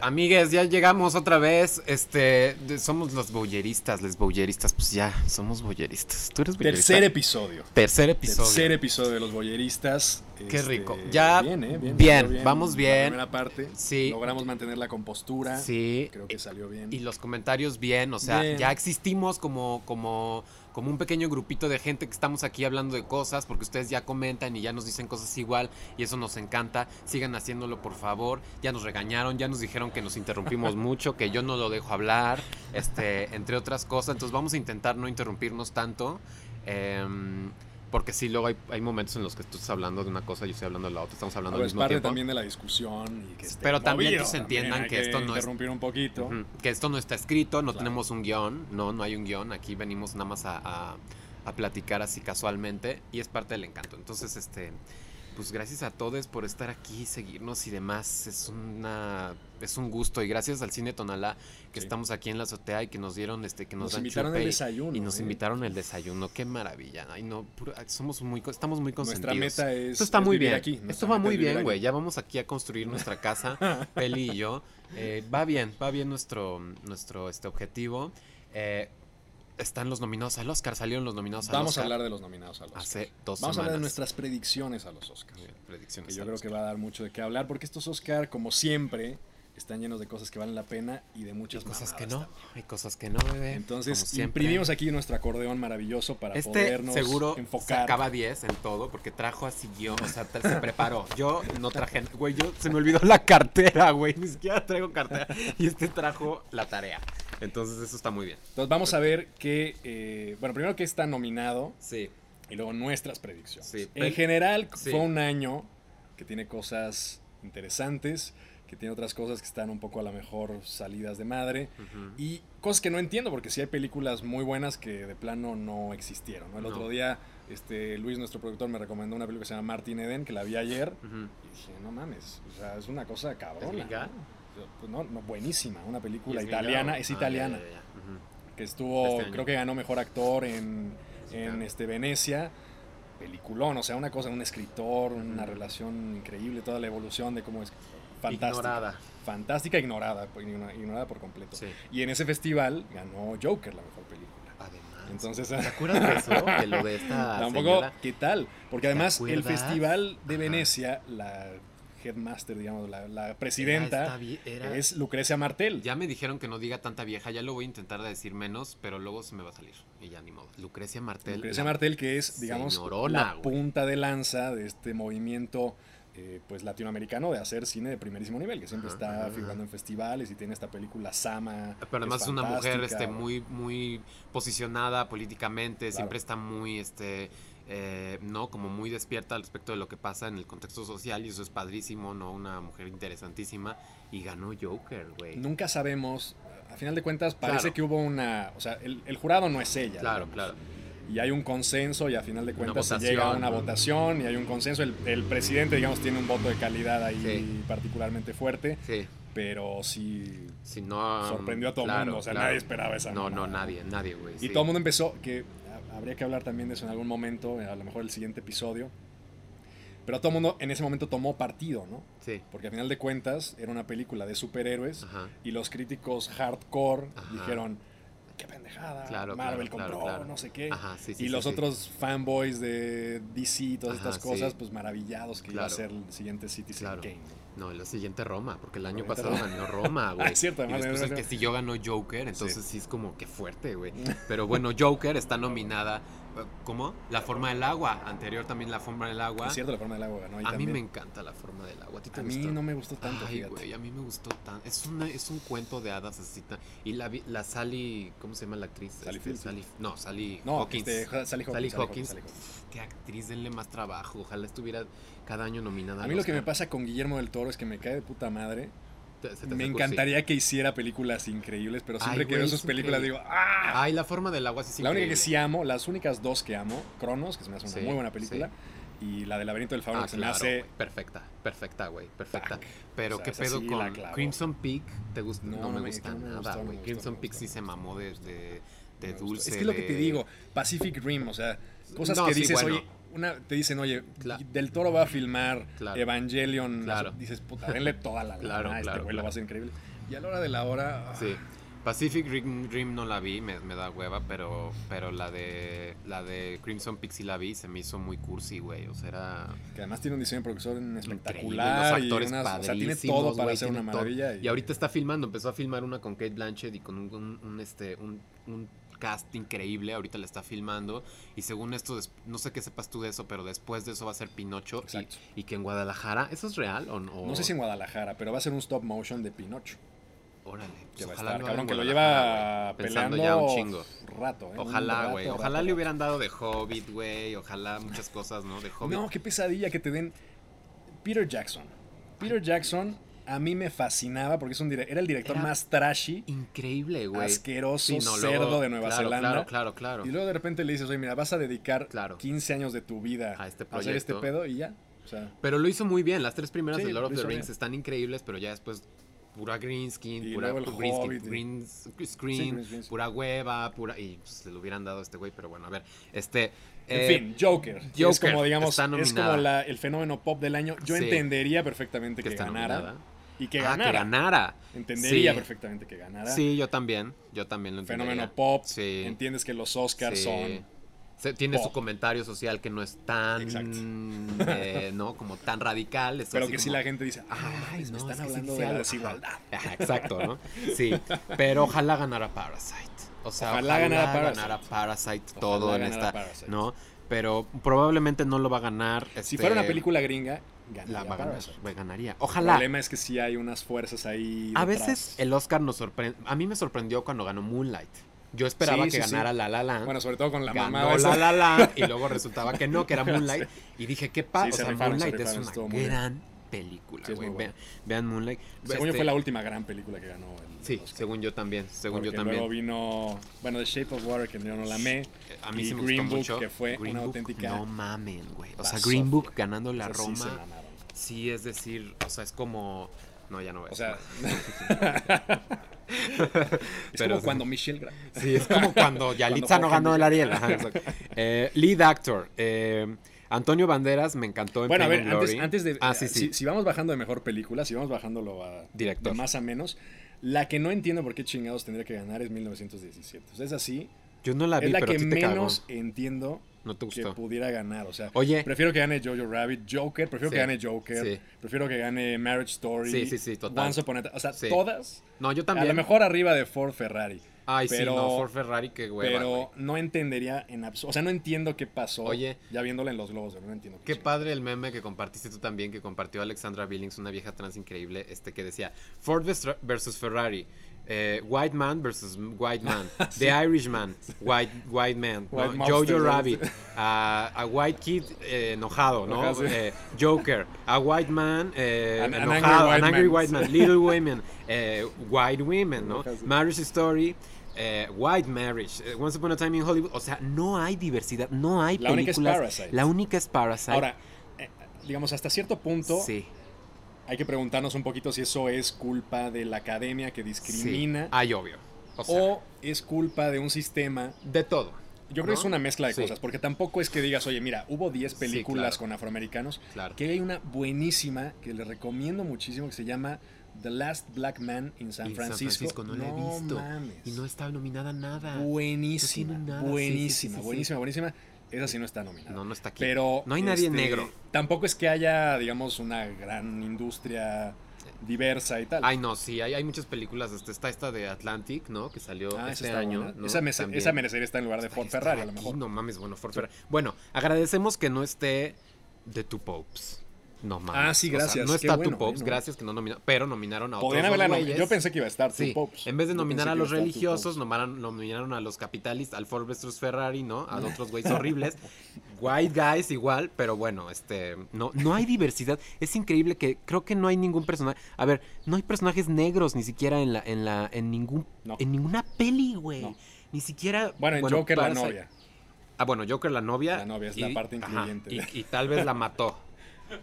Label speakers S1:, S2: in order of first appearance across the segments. S1: Amigues, ya llegamos otra vez. Este, de- somos los boyeristas, les boyeristas. Pues ya, somos boyeristas. Tú eres boyerista.
S2: Tercer episodio.
S1: Tercer episodio.
S2: Tercer episodio de Los Boyeristas. Este,
S1: Qué rico. Ya,
S2: Bien, ¿eh? bien,
S1: bien,
S2: salió
S1: vamos
S2: La
S1: bien.
S2: primera parte.
S1: Sí.
S2: Logramos mantener la compostura.
S1: Sí.
S2: Creo que salió bien.
S1: Y los comentarios bien, o sea,
S2: Bien.
S1: ya existimos como, como, como un pequeño grupito de gente que estamos aquí hablando de cosas, porque ustedes ya comentan y ya nos dicen cosas igual, y eso nos encanta. Sigan haciéndolo, por favor. Ya nos regañaron, ya nos dijeron que nos interrumpimos mucho, que yo no lo dejo hablar, este, entre otras cosas. Entonces vamos a intentar no interrumpirnos tanto. em, porque sí, luego hay, hay momentos en los que tú estás hablando de una cosa y yo estoy hablando de la otra, estamos hablando
S2: Pero
S1: al
S2: es
S1: mismo
S2: parte
S1: tiempo.
S2: también de la discusión. Y que esté
S1: Pero también
S2: movido,
S1: que se entiendan
S2: hay
S1: que esto no es-
S2: interrumpir un poquito.
S1: Ujú, Que esto no está escrito, no
S2: Claro.
S1: tenemos un guión, no, no hay un guión, aquí venimos nada más a, a- a platicar así casualmente y es parte del encanto. Entonces, este, pues gracias a todos por estar aquí, seguirnos y demás, es una es un gusto y gracias al Cine Tonalá que
S2: Sí.
S1: estamos aquí en la azotea y que nos dieron este que nos,
S2: Nos
S1: dan
S2: invitaron
S1: chupe
S2: al
S1: y-
S2: desayuno.
S1: y nos
S2: ¿eh?
S1: invitaron el desayuno, qué maravilla. Ay no, puro- somos muy co- estamos muy
S2: Nuestra
S1: consentidos.
S2: meta es.
S1: Esto está
S2: es
S1: muy
S2: vivir
S1: bien.
S2: Aquí.
S1: Esto
S2: Nuestra
S1: va
S2: meta
S1: muy
S2: es vivir
S1: bien, güey.
S2: aquí.
S1: Ya vamos aquí a construir nuestra casa, Peli y yo. Eh, va bien, va bien nuestro, nuestro este, objetivo. Eh, están los nominados al Oscar, salieron los nominados al
S2: Vamos a
S1: Oscar
S2: hablar de los nominados a los
S1: hace
S2: Oscars.
S1: dos
S2: Vamos a hablar de
S1: semanas.
S2: nuestras predicciones a los Oscars.
S1: Eh,
S2: que
S1: predicciones
S2: yo
S1: al
S2: creo que
S1: Oscar.
S2: va a dar mucho de qué hablar, porque estos Oscar, como siempre, están llenos de cosas que valen la pena y de muchas
S1: Hay cosas que no,
S2: mamadas
S1: hay cosas que no, bebé.
S2: también.
S1: como
S2: Ah, Entonces,
S1: siempre.
S2: imprimimos aquí nuestro acordeón maravilloso para
S1: Este
S2: podernos
S1: seguro
S2: enfocar.
S1: sacaba 10 en todo porque trajo así yo, o sea, tra- se preparó. Yo no traje, güey, yo se me olvidó la cartera, güey, ni siquiera traigo cartera y este trajo la tarea. Entonces eso está muy bien.
S2: Entonces, vamos a ver qué. eh, bueno, primero que está nominado
S1: Sí,
S2: y luego nuestras predicciones.
S1: Sí,
S2: en
S1: pel-
S2: general,
S1: sí.
S2: fue un año que tiene cosas interesantes, que tiene otras cosas que están un poco a lo mejor salidas de madre.
S1: Ujú.
S2: Y cosas que no entiendo, porque sí hay películas muy buenas que de plano no existieron. ¿no? El
S1: No.
S2: otro día, este, Luis, nuestro productor, me recomendó una película que se llama Martin Eden, que la vi ayer.
S1: Ujú.
S2: Y dije, no mames, o sea, es una cosa
S1: ¿Es
S2: cabrona.
S1: gringa?
S2: Yo, pues, no, no, buenísima, una película
S1: ¿Es gringa
S2: italiana,
S1: o-
S2: es
S1: Ah,
S2: italiana,
S1: ya, ya, ya. Ujú.
S2: que estuvo,
S1: Este año.
S2: creo que ganó mejor actor en,
S1: Sí,
S2: en
S1: claro.
S2: este, Venecia. Peliculón, o sea, una cosa, un escritor, una relación increíble, toda la evolución de cómo es fantástica.
S1: Ignorada.
S2: Fantástica, ignorada, pues, ignora- ignorada por completo.
S1: Sí.
S2: Y en ese festival ganó Joker la mejor película.
S1: Además.
S2: Entonces,
S1: ¿Te acuerdas de eso? De lo de esta
S2: tampoco,
S1: Ah, señora?
S2: ¿qué tal? Porque además el
S1: acuerdas?
S2: festival de
S1: Ajá.
S2: Venecia, la headmaster, digamos, la, la
S1: Era
S2: presidenta,
S1: esta vi- era-
S2: es Lucrecia Martel.
S1: Ya me dijeron que no diga tanta vieja, ya lo voy a intentar de decir menos, pero luego se me va a salir. Y ya ni modo. Lucrecia Martel.
S2: Lucrecia
S1: la-
S2: Martel, que es, digamos,
S1: señorona,
S2: la
S1: güey.
S2: punta de lanza de este movimiento eh, pues latinoamericano de hacer cine de primerísimo nivel, que siempre
S1: Ajá,
S2: está
S1: ajá, ajá.
S2: figurando en festivales y tiene esta película Sama. que
S1: Pero además es una mujer este,
S2: fantástica.
S1: muy, muy posicionada políticamente,
S2: Claro.
S1: siempre está muy, este, eh, ¿no? Como muy despierta al respecto de lo que pasa en el contexto social y eso es padrísimo, ¿no? Una mujer interesantísima y ganó Joker, güey.
S2: Nunca sabemos, a final de cuentas parece
S1: Claro.
S2: que hubo una, o sea, el, el jurado no es ella.
S1: claro,
S2: digamos.
S1: claro.
S2: y hay un consenso y a final de cuentas se
S1: votación,
S2: llega a una
S1: ¿no?
S2: votación y hay un consenso. El, el presidente, digamos, tiene un voto de calidad ahí
S1: Sí.
S2: particularmente fuerte,
S1: Sí,
S2: pero sí
S1: si no...
S2: sorprendió a todo el
S1: Ah, claro,
S2: mundo. O sea,
S1: claro.
S2: nadie esperaba esa.
S1: No, no,
S2: mamada.
S1: nadie, nadie, güey.
S2: Y
S1: sí.
S2: todo el mundo empezó, que ha- habría que hablar también de eso en algún momento, a lo mejor el siguiente episodio. Pero todo el mundo en ese momento tomó partido, ¿no?
S1: Sí,
S2: Porque a final de cuentas era una película de superhéroes
S1: ajá.
S2: y los críticos hardcore
S1: Ajá.
S2: dijeron, qué pendejada,
S1: Claro,
S2: Marvel
S1: claro, claro,
S2: compró,
S1: claro.
S2: no sé qué.
S1: Ajá, sí, sí,
S2: y
S1: sí,
S2: los
S1: sí.
S2: otros fanboys de DC y todas
S1: Ajá,
S2: estas cosas,
S1: sí.
S2: pues maravillados que iba a
S1: Claro.
S2: ser el siguiente Citizen
S1: Claro.
S2: Kane. ¿no?
S1: No, el siguiente Roma, porque el año
S2: Ahorita
S1: pasado
S2: Roma.
S1: ganó Roma, güey.
S2: Ah, es cierto,
S1: y
S2: además de-
S1: después el
S2: de-
S1: que siguió ganó Joker, entonces sí, es como que fuerte, güey. Pero bueno, Joker está nominada, eh, ¿cómo? La forma del agua, anterior también la forma del agua.
S2: Es cierto, la forma del agua ganó ahí
S1: a mí
S2: también.
S1: me encanta la forma del agua. ¿A ti te
S2: a mí
S1: gustó?
S2: no me gustó tanto,
S1: Ay,
S2: fíjate.
S1: güey, a mí me gustó tan. Es, una, es un cuento de hadas así tan- Y la, vi- la Sally, ¿cómo se llama la actriz?
S2: Sally
S1: Este,
S2: Field.
S1: Sally- no, Sally
S2: No,
S1: Hawkins.
S2: este, ja- Sally Hawkins.
S1: Sally
S2: Sally
S1: Hawkins.
S2: Sally Hawkins.
S1: Qué actriz, denle más trabajo. Ojalá estuviera cada año nominada.
S2: A
S1: al
S2: mí lo que me
S1: Oscar.
S2: pasa con Guillermo del Toro es que me cae de puta madre.
S1: Te- se te
S2: Me
S1: hace Este cursi.
S2: encantaría que hiciera películas increíbles, pero siempre
S1: Ay,
S2: que
S1: güey,
S2: veo
S1: es
S2: sus películas
S1: increíble.
S2: digo, ¡ah!
S1: Ay, la forma del agua sí sí.
S2: La única que sí amo, las únicas dos que amo, Cronos, que se me hace una
S1: Sí,
S2: muy buena película, y la del laberinto del fauno,
S1: Ah,
S2: que se
S1: claro,
S2: me hace...
S1: güey, perfecta, perfecta, güey, perfecta.
S2: Fuck.
S1: Pero
S2: O sea,
S1: qué
S2: esa
S1: pedo
S2: sí la
S1: con
S2: clavó.
S1: Crimson Peak, te gusta?
S2: No,
S1: No,
S2: no
S1: me
S2: me-
S1: gusta
S2: no me
S1: nada,
S2: gustó, no me
S1: güey.
S2: gustó,
S1: Crimson
S2: no me
S1: Peak
S2: gustó,
S1: sí
S2: no
S1: se
S2: me
S1: mamó de, de, de
S2: me gustó.
S1: dulce.
S2: Es que es lo que te
S1: de-
S2: digo, Pacific Rim, o sea, cosas
S1: No,
S2: que
S1: sí,
S2: dices,
S1: bueno.
S2: oye, una, te dicen, oye,
S1: Cla-
S2: Del Toro va a filmar
S1: Claro.
S2: Evangelion, o sea,
S1: Claro.
S2: dices, puta, denle toda la lana
S1: Claro,
S2: a este
S1: claro,
S2: güey, lo va
S1: claro.
S2: a hacer increíble. Y a la hora de la hora. ah,
S1: Sí. Pacific Rim, Rim no la vi, me, me da hueva, pero, pero la de la de Crimson Pixie la vi, se me hizo muy cursi, güey. O sea, era
S2: Que además tiene un diseño de productor
S1: Increíble,
S2: espectacular.
S1: los actores
S2: y unas- o sea, tiene
S1: padrísimos,
S2: todo para
S1: güey,
S2: hacer
S1: tiene
S2: una
S1: todo.
S2: maravilla.
S1: Y ahorita está filmando, empezó a filmar una con Kate Blanchett y con un, un- un, este, un, un cast increíble, ahorita la está filmando. Y según esto, des- no sé qué sepas tú de eso, pero después de eso va a ser Pinocho. Y,
S2: Exacto.
S1: y que en Guadalajara, ¿eso es real o no?
S2: No sé si en Guadalajara, pero va a ser un stop motion de Pinocho.
S1: Órale, pues
S2: Que va a
S1: ojalá
S2: estar,
S1: lo hagan
S2: cabrón,
S1: en
S2: que lo
S1: Guadalajara,
S2: lleva
S1: güey, pensando
S2: peleando
S1: ya un chingo.
S2: rato. ¿eh? Un
S1: Ojalá,
S2: rato,
S1: güey.
S2: rato,
S1: Ojalá
S2: rato.
S1: le hubieran dado de Hobbit, güey. Ojalá muchas cosas, ¿no? De Hobbit.
S2: No, qué pesadilla que te den. Peter Jackson. Peter Jackson a mí me fascinaba porque es un dire- era el director
S1: Era-
S2: más trashy,
S1: Increíble, güey.
S2: asqueroso,
S1: Sí, no,
S2: cerdo
S1: luego-
S2: de Nueva
S1: claro,
S2: Zelanda.
S1: Claro, claro, claro.
S2: Y luego de repente le dices, oye, mira, vas a dedicar
S1: Claro.
S2: 15 años de tu vida
S1: A este
S2: hacer este
S1: proyecto.
S2: pedo y ya. O sea,
S1: Pero lo hizo muy bien. Las tres primeras
S2: Sí,
S1: de Lord
S2: lo
S1: of the
S2: hizo
S1: Rings
S2: bien.
S1: están increíbles, pero ya después pura green skin,
S2: Y
S1: pura
S2: luego el
S1: green, skin,
S2: Hobbit y-
S1: green s- screen,
S2: Sí, green screen, sí.
S1: pura hueva, pura y pues, se lo hubieran dado a este güey, pero bueno, a ver. Este
S2: en
S1: eh,
S2: fin, Joker. que es
S1: Joker
S2: como, digamos,
S1: está
S2: es
S1: nominada.
S2: como la- el fenómeno pop del año. Yo
S1: Sí.
S2: entendería perfectamente
S1: que
S2: que,
S1: está
S2: ganara.
S1: nominada.
S2: Y que
S1: Ah,
S2: ganara.
S1: que ganara.
S2: Entendería
S1: Sí.
S2: perfectamente que ganara.
S1: Sí, yo también, yo también lo entendería.
S2: Fenómeno pop.
S1: Sí.
S2: Entiendes que los Oscars
S1: Sí.
S2: son
S1: Se- tiene su
S2: pop.
S1: comentario social que no es tan
S2: Exacto.
S1: eh, no como tan radical es
S2: Pero
S1: así
S2: que si
S1: como-
S2: la gente dice, ah,
S1: Ay,
S2: mames, me
S1: no, es
S2: están
S1: que sí dice
S2: hablando de la
S1: algo".
S2: desigualdad.
S1: Ajá, Exacto, ¿no? Sí, pero ojalá ganara Parasite. O sea,
S2: Ojalá
S1: ojalá,
S2: ganara
S1: ganara
S2: Parasite.
S1: Parasite,
S2: pues,
S1: todo
S2: Ojalá
S1: en
S2: ganara
S1: esta,
S2: Parasite.
S1: ¿no? Pero probablemente no lo va a ganar.
S2: Si
S1: este,
S2: fuera una película gringa, ganaría
S1: la va a ganar,
S2: Parasite.
S1: güey, ganaría.
S2: El
S1: Ojalá.
S2: problema es que sí hay unas fuerzas ahí.
S1: A
S2: detrás.
S1: veces el Oscar nos sorprende. A mí me sorprendió cuando ganó Moonlight. Yo esperaba
S2: Sí,
S1: que
S2: sí, sí.
S1: ganara La La Land.
S2: Bueno, sobre todo con la
S1: ganó
S2: mamá. esa.
S1: La La Land y luego resultaba que no, que era Moonlight. Y dije, qué
S2: Sí,
S1: pasa.
S2: se
S1: o sea,
S2: rifaron, se
S1: Moonlight es
S2: rifaron, estuvo muy
S1: una
S2: bien.
S1: gran película,
S2: Sí, es
S1: güey.
S2: muy buena.
S1: Vean, vean Moonlight.
S2: Según yo
S1: Este,
S2: fue la última gran película que ganó el
S1: Sí,
S2: Oscar.
S1: según yo también. Según yo
S2: Porque
S1: también.
S2: Luego vino, bueno, The Shape of Water, que yo no la amé.
S1: A mí
S2: Y
S1: sí me
S2: Green
S1: gustó
S2: Book,
S1: mucho.
S2: que fue una auténtica
S1: No mamen, güey. O sea,
S2: basofia.
S1: Green Book ganando la
S2: Esa sí se
S1: Roma.
S2: mamaron.
S1: Sí, es decir, o sea, es como. No, ya no voy a
S2: O
S1: decir
S2: sea,
S1: más.
S2: es
S1: Pero,
S2: como cuando Michelle Gra-
S1: Sí, es como cuando Yalitza no
S2: Jorge
S1: ganó el
S2: Enrique.
S1: Ariel. Ajá, exacto. Eh, lead actor. eh, Antonio Banderas me encantó en
S2: Bueno, a
S1: Pain
S2: ver,
S1: and
S2: antes,
S1: Glory.
S2: antes de. eh,
S1: Ah, sí, sí.
S2: Si, si vamos bajando de mejor película, si vamos bajándolo a.
S1: Director.
S2: De más a menos. La que no entiendo por qué chingados tendría que ganar es 1917. O sea, es así.
S1: Yo no la vi,
S2: es la
S1: Ah, pero a
S2: que
S1: ti te cagó.
S2: menos entiendo
S1: No te
S2: que
S1: gustó.
S2: pudiera ganar. O sea,
S1: Oye.
S2: prefiero que gane Jojo Rabbit, Joker, prefiero que
S1: Sí,
S2: gane Joker,
S1: sí.
S2: prefiero que gane Marriage Story,
S1: Sí, sí, sí, total.
S2: Once Upon a Time. O sea,
S1: Sí.
S2: todas.
S1: No, yo
S2: A
S1: también.
S2: lo mejor arriba de Ford Ferrari.
S1: Ay,
S2: pero-
S1: sí, no, Ford Ferrari, qué hueva,
S2: pero
S1: güey.
S2: no entendería en absoluto. O sea, no entiendo qué pasó.
S1: Oye.
S2: Ya viéndola en los globos, de Oro, no entiendo.
S1: Qué
S2: chingados.
S1: padre el meme que compartiste tú también, que compartió Alexandra Billings, una vieja trans increíble, este que decía Ford vers- versus Ferrari, eh, White Man versus White Man, The Irishman, White, white Man, ¿no?
S2: White
S1: Jojo
S2: Monster, ¿no?
S1: Rabbit, a, a White Kid eh, enojado, ¿no?
S2: Enojado, sí.
S1: Eh, Joker, a White Man eh,
S2: An- an
S1: enojado,
S2: angry white
S1: an angry
S2: man.
S1: white man, Little Women, eh, White Women, ¿no?
S2: Enojado, sí.
S1: Marriage Story. eh, white Marriage, eh, Once Upon a Time in Hollywood, o sea, no hay diversidad, no hay
S2: La única es
S1: películas.
S2: Parasite.
S1: La única es Parasite.
S2: Ahora, eh, digamos, hasta cierto punto
S1: Sí,
S2: hay que preguntarnos un poquito si eso es culpa de la academia que discrimina
S1: sí. Ay, obvio. O sea,
S2: o es culpa de un sistema.
S1: de todo.
S2: Yo
S1: ¿no?
S2: creo que es una mezcla de
S1: Sí.
S2: cosas, porque tampoco es que digas, oye, mira, hubo 10
S1: Sí, claro.
S2: películas con afroamericanos.
S1: Claro.
S2: Que hay una buenísima que le recomiendo muchísimo que se llama The Last Black Man in San
S1: Y
S2: Francisco.
S1: no, la he visto.
S2: mames.
S1: Y no está nominada a nada.
S2: Buenísima,
S1: No tiene nada, sí, sí,
S2: buenísima,
S1: sí, sí, sí.
S2: buenísima, buenísima. Esa sí no está nominada.
S1: No, no está aquí.
S2: Pero. este,
S1: No hay nadie negro.
S2: Tampoco es que haya, digamos, una gran industria diversa y tal.
S1: Ay, no, sí, hay, hay muchas películas. Este, está esta de Atlantic, ¿no? Que salió
S2: Ah, esa
S1: este
S2: está
S1: año.
S2: buena.
S1: ¿no?
S2: Esa, me-
S1: También.
S2: esa merecería estar en lugar de Ford
S1: Está
S2: Ferrari, a lo
S1: aquí,
S2: mejor.
S1: No mames, bueno, Ford Ferrari. Bueno, agradecemos que no esté The Two Popes. No mames.
S2: Ah, sí,
S1: O sea,
S2: gracias,
S1: no
S2: qué
S1: está
S2: bueno,
S1: Two Popes,
S2: eh, no.
S1: gracias que no nominaron. Pero nominaron a otros.
S2: Podrían
S1: dos
S2: haberla nom-
S1: güeyes.
S2: Yo pensé que iba a estar Two
S1: Sí,
S2: Popes.
S1: en vez de
S2: Yo
S1: nominar
S2: pensé
S1: a
S2: que
S1: los
S2: iba a estar Two
S1: religiosos,
S2: Popes.
S1: nomaron- nominaron a los capitalistas, al Ford vs Ferrari, ¿no? A otros güeyes horribles. White guys igual, pero bueno, este, no, no hay diversidad. Es increíble que creo que no hay ningún personaje. A ver, no hay personajes negros ni siquiera en la, en la, en ningún,
S2: No.
S1: en ninguna peli, güey.
S2: No.
S1: Ni siquiera.
S2: Bueno, en Joker la
S1: Parasite-
S2: novia.
S1: Ah, bueno, Joker la novia.
S2: La novia es la parte
S1: ajá,
S2: incluyente.
S1: y, y tal vez la mató.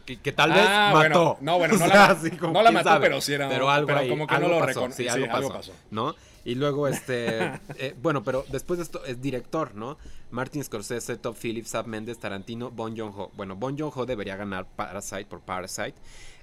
S1: Y que tal vez
S2: Ah,
S1: mató.
S2: bueno, no, bueno,
S1: O
S2: no
S1: sea,
S2: la-
S1: así como
S2: no la
S1: quién
S2: mató, pero sí era-
S1: Pero algo
S2: pero
S1: ahí,
S2: como que no
S1: algo
S2: lo
S1: pasó,
S2: recono-
S1: sí,
S2: sí,
S1: algo
S2: algo
S1: pasó,
S2: pasó.
S1: ¿no? Y luego, este, eh, bueno, pero después de esto es director, ¿no? Martin Scorsese, Top Phillips, Sam Mendes, Tarantino, Bon Joon-ho. Bueno, Bon Joon-ho debería ganar Parasite por Parasite.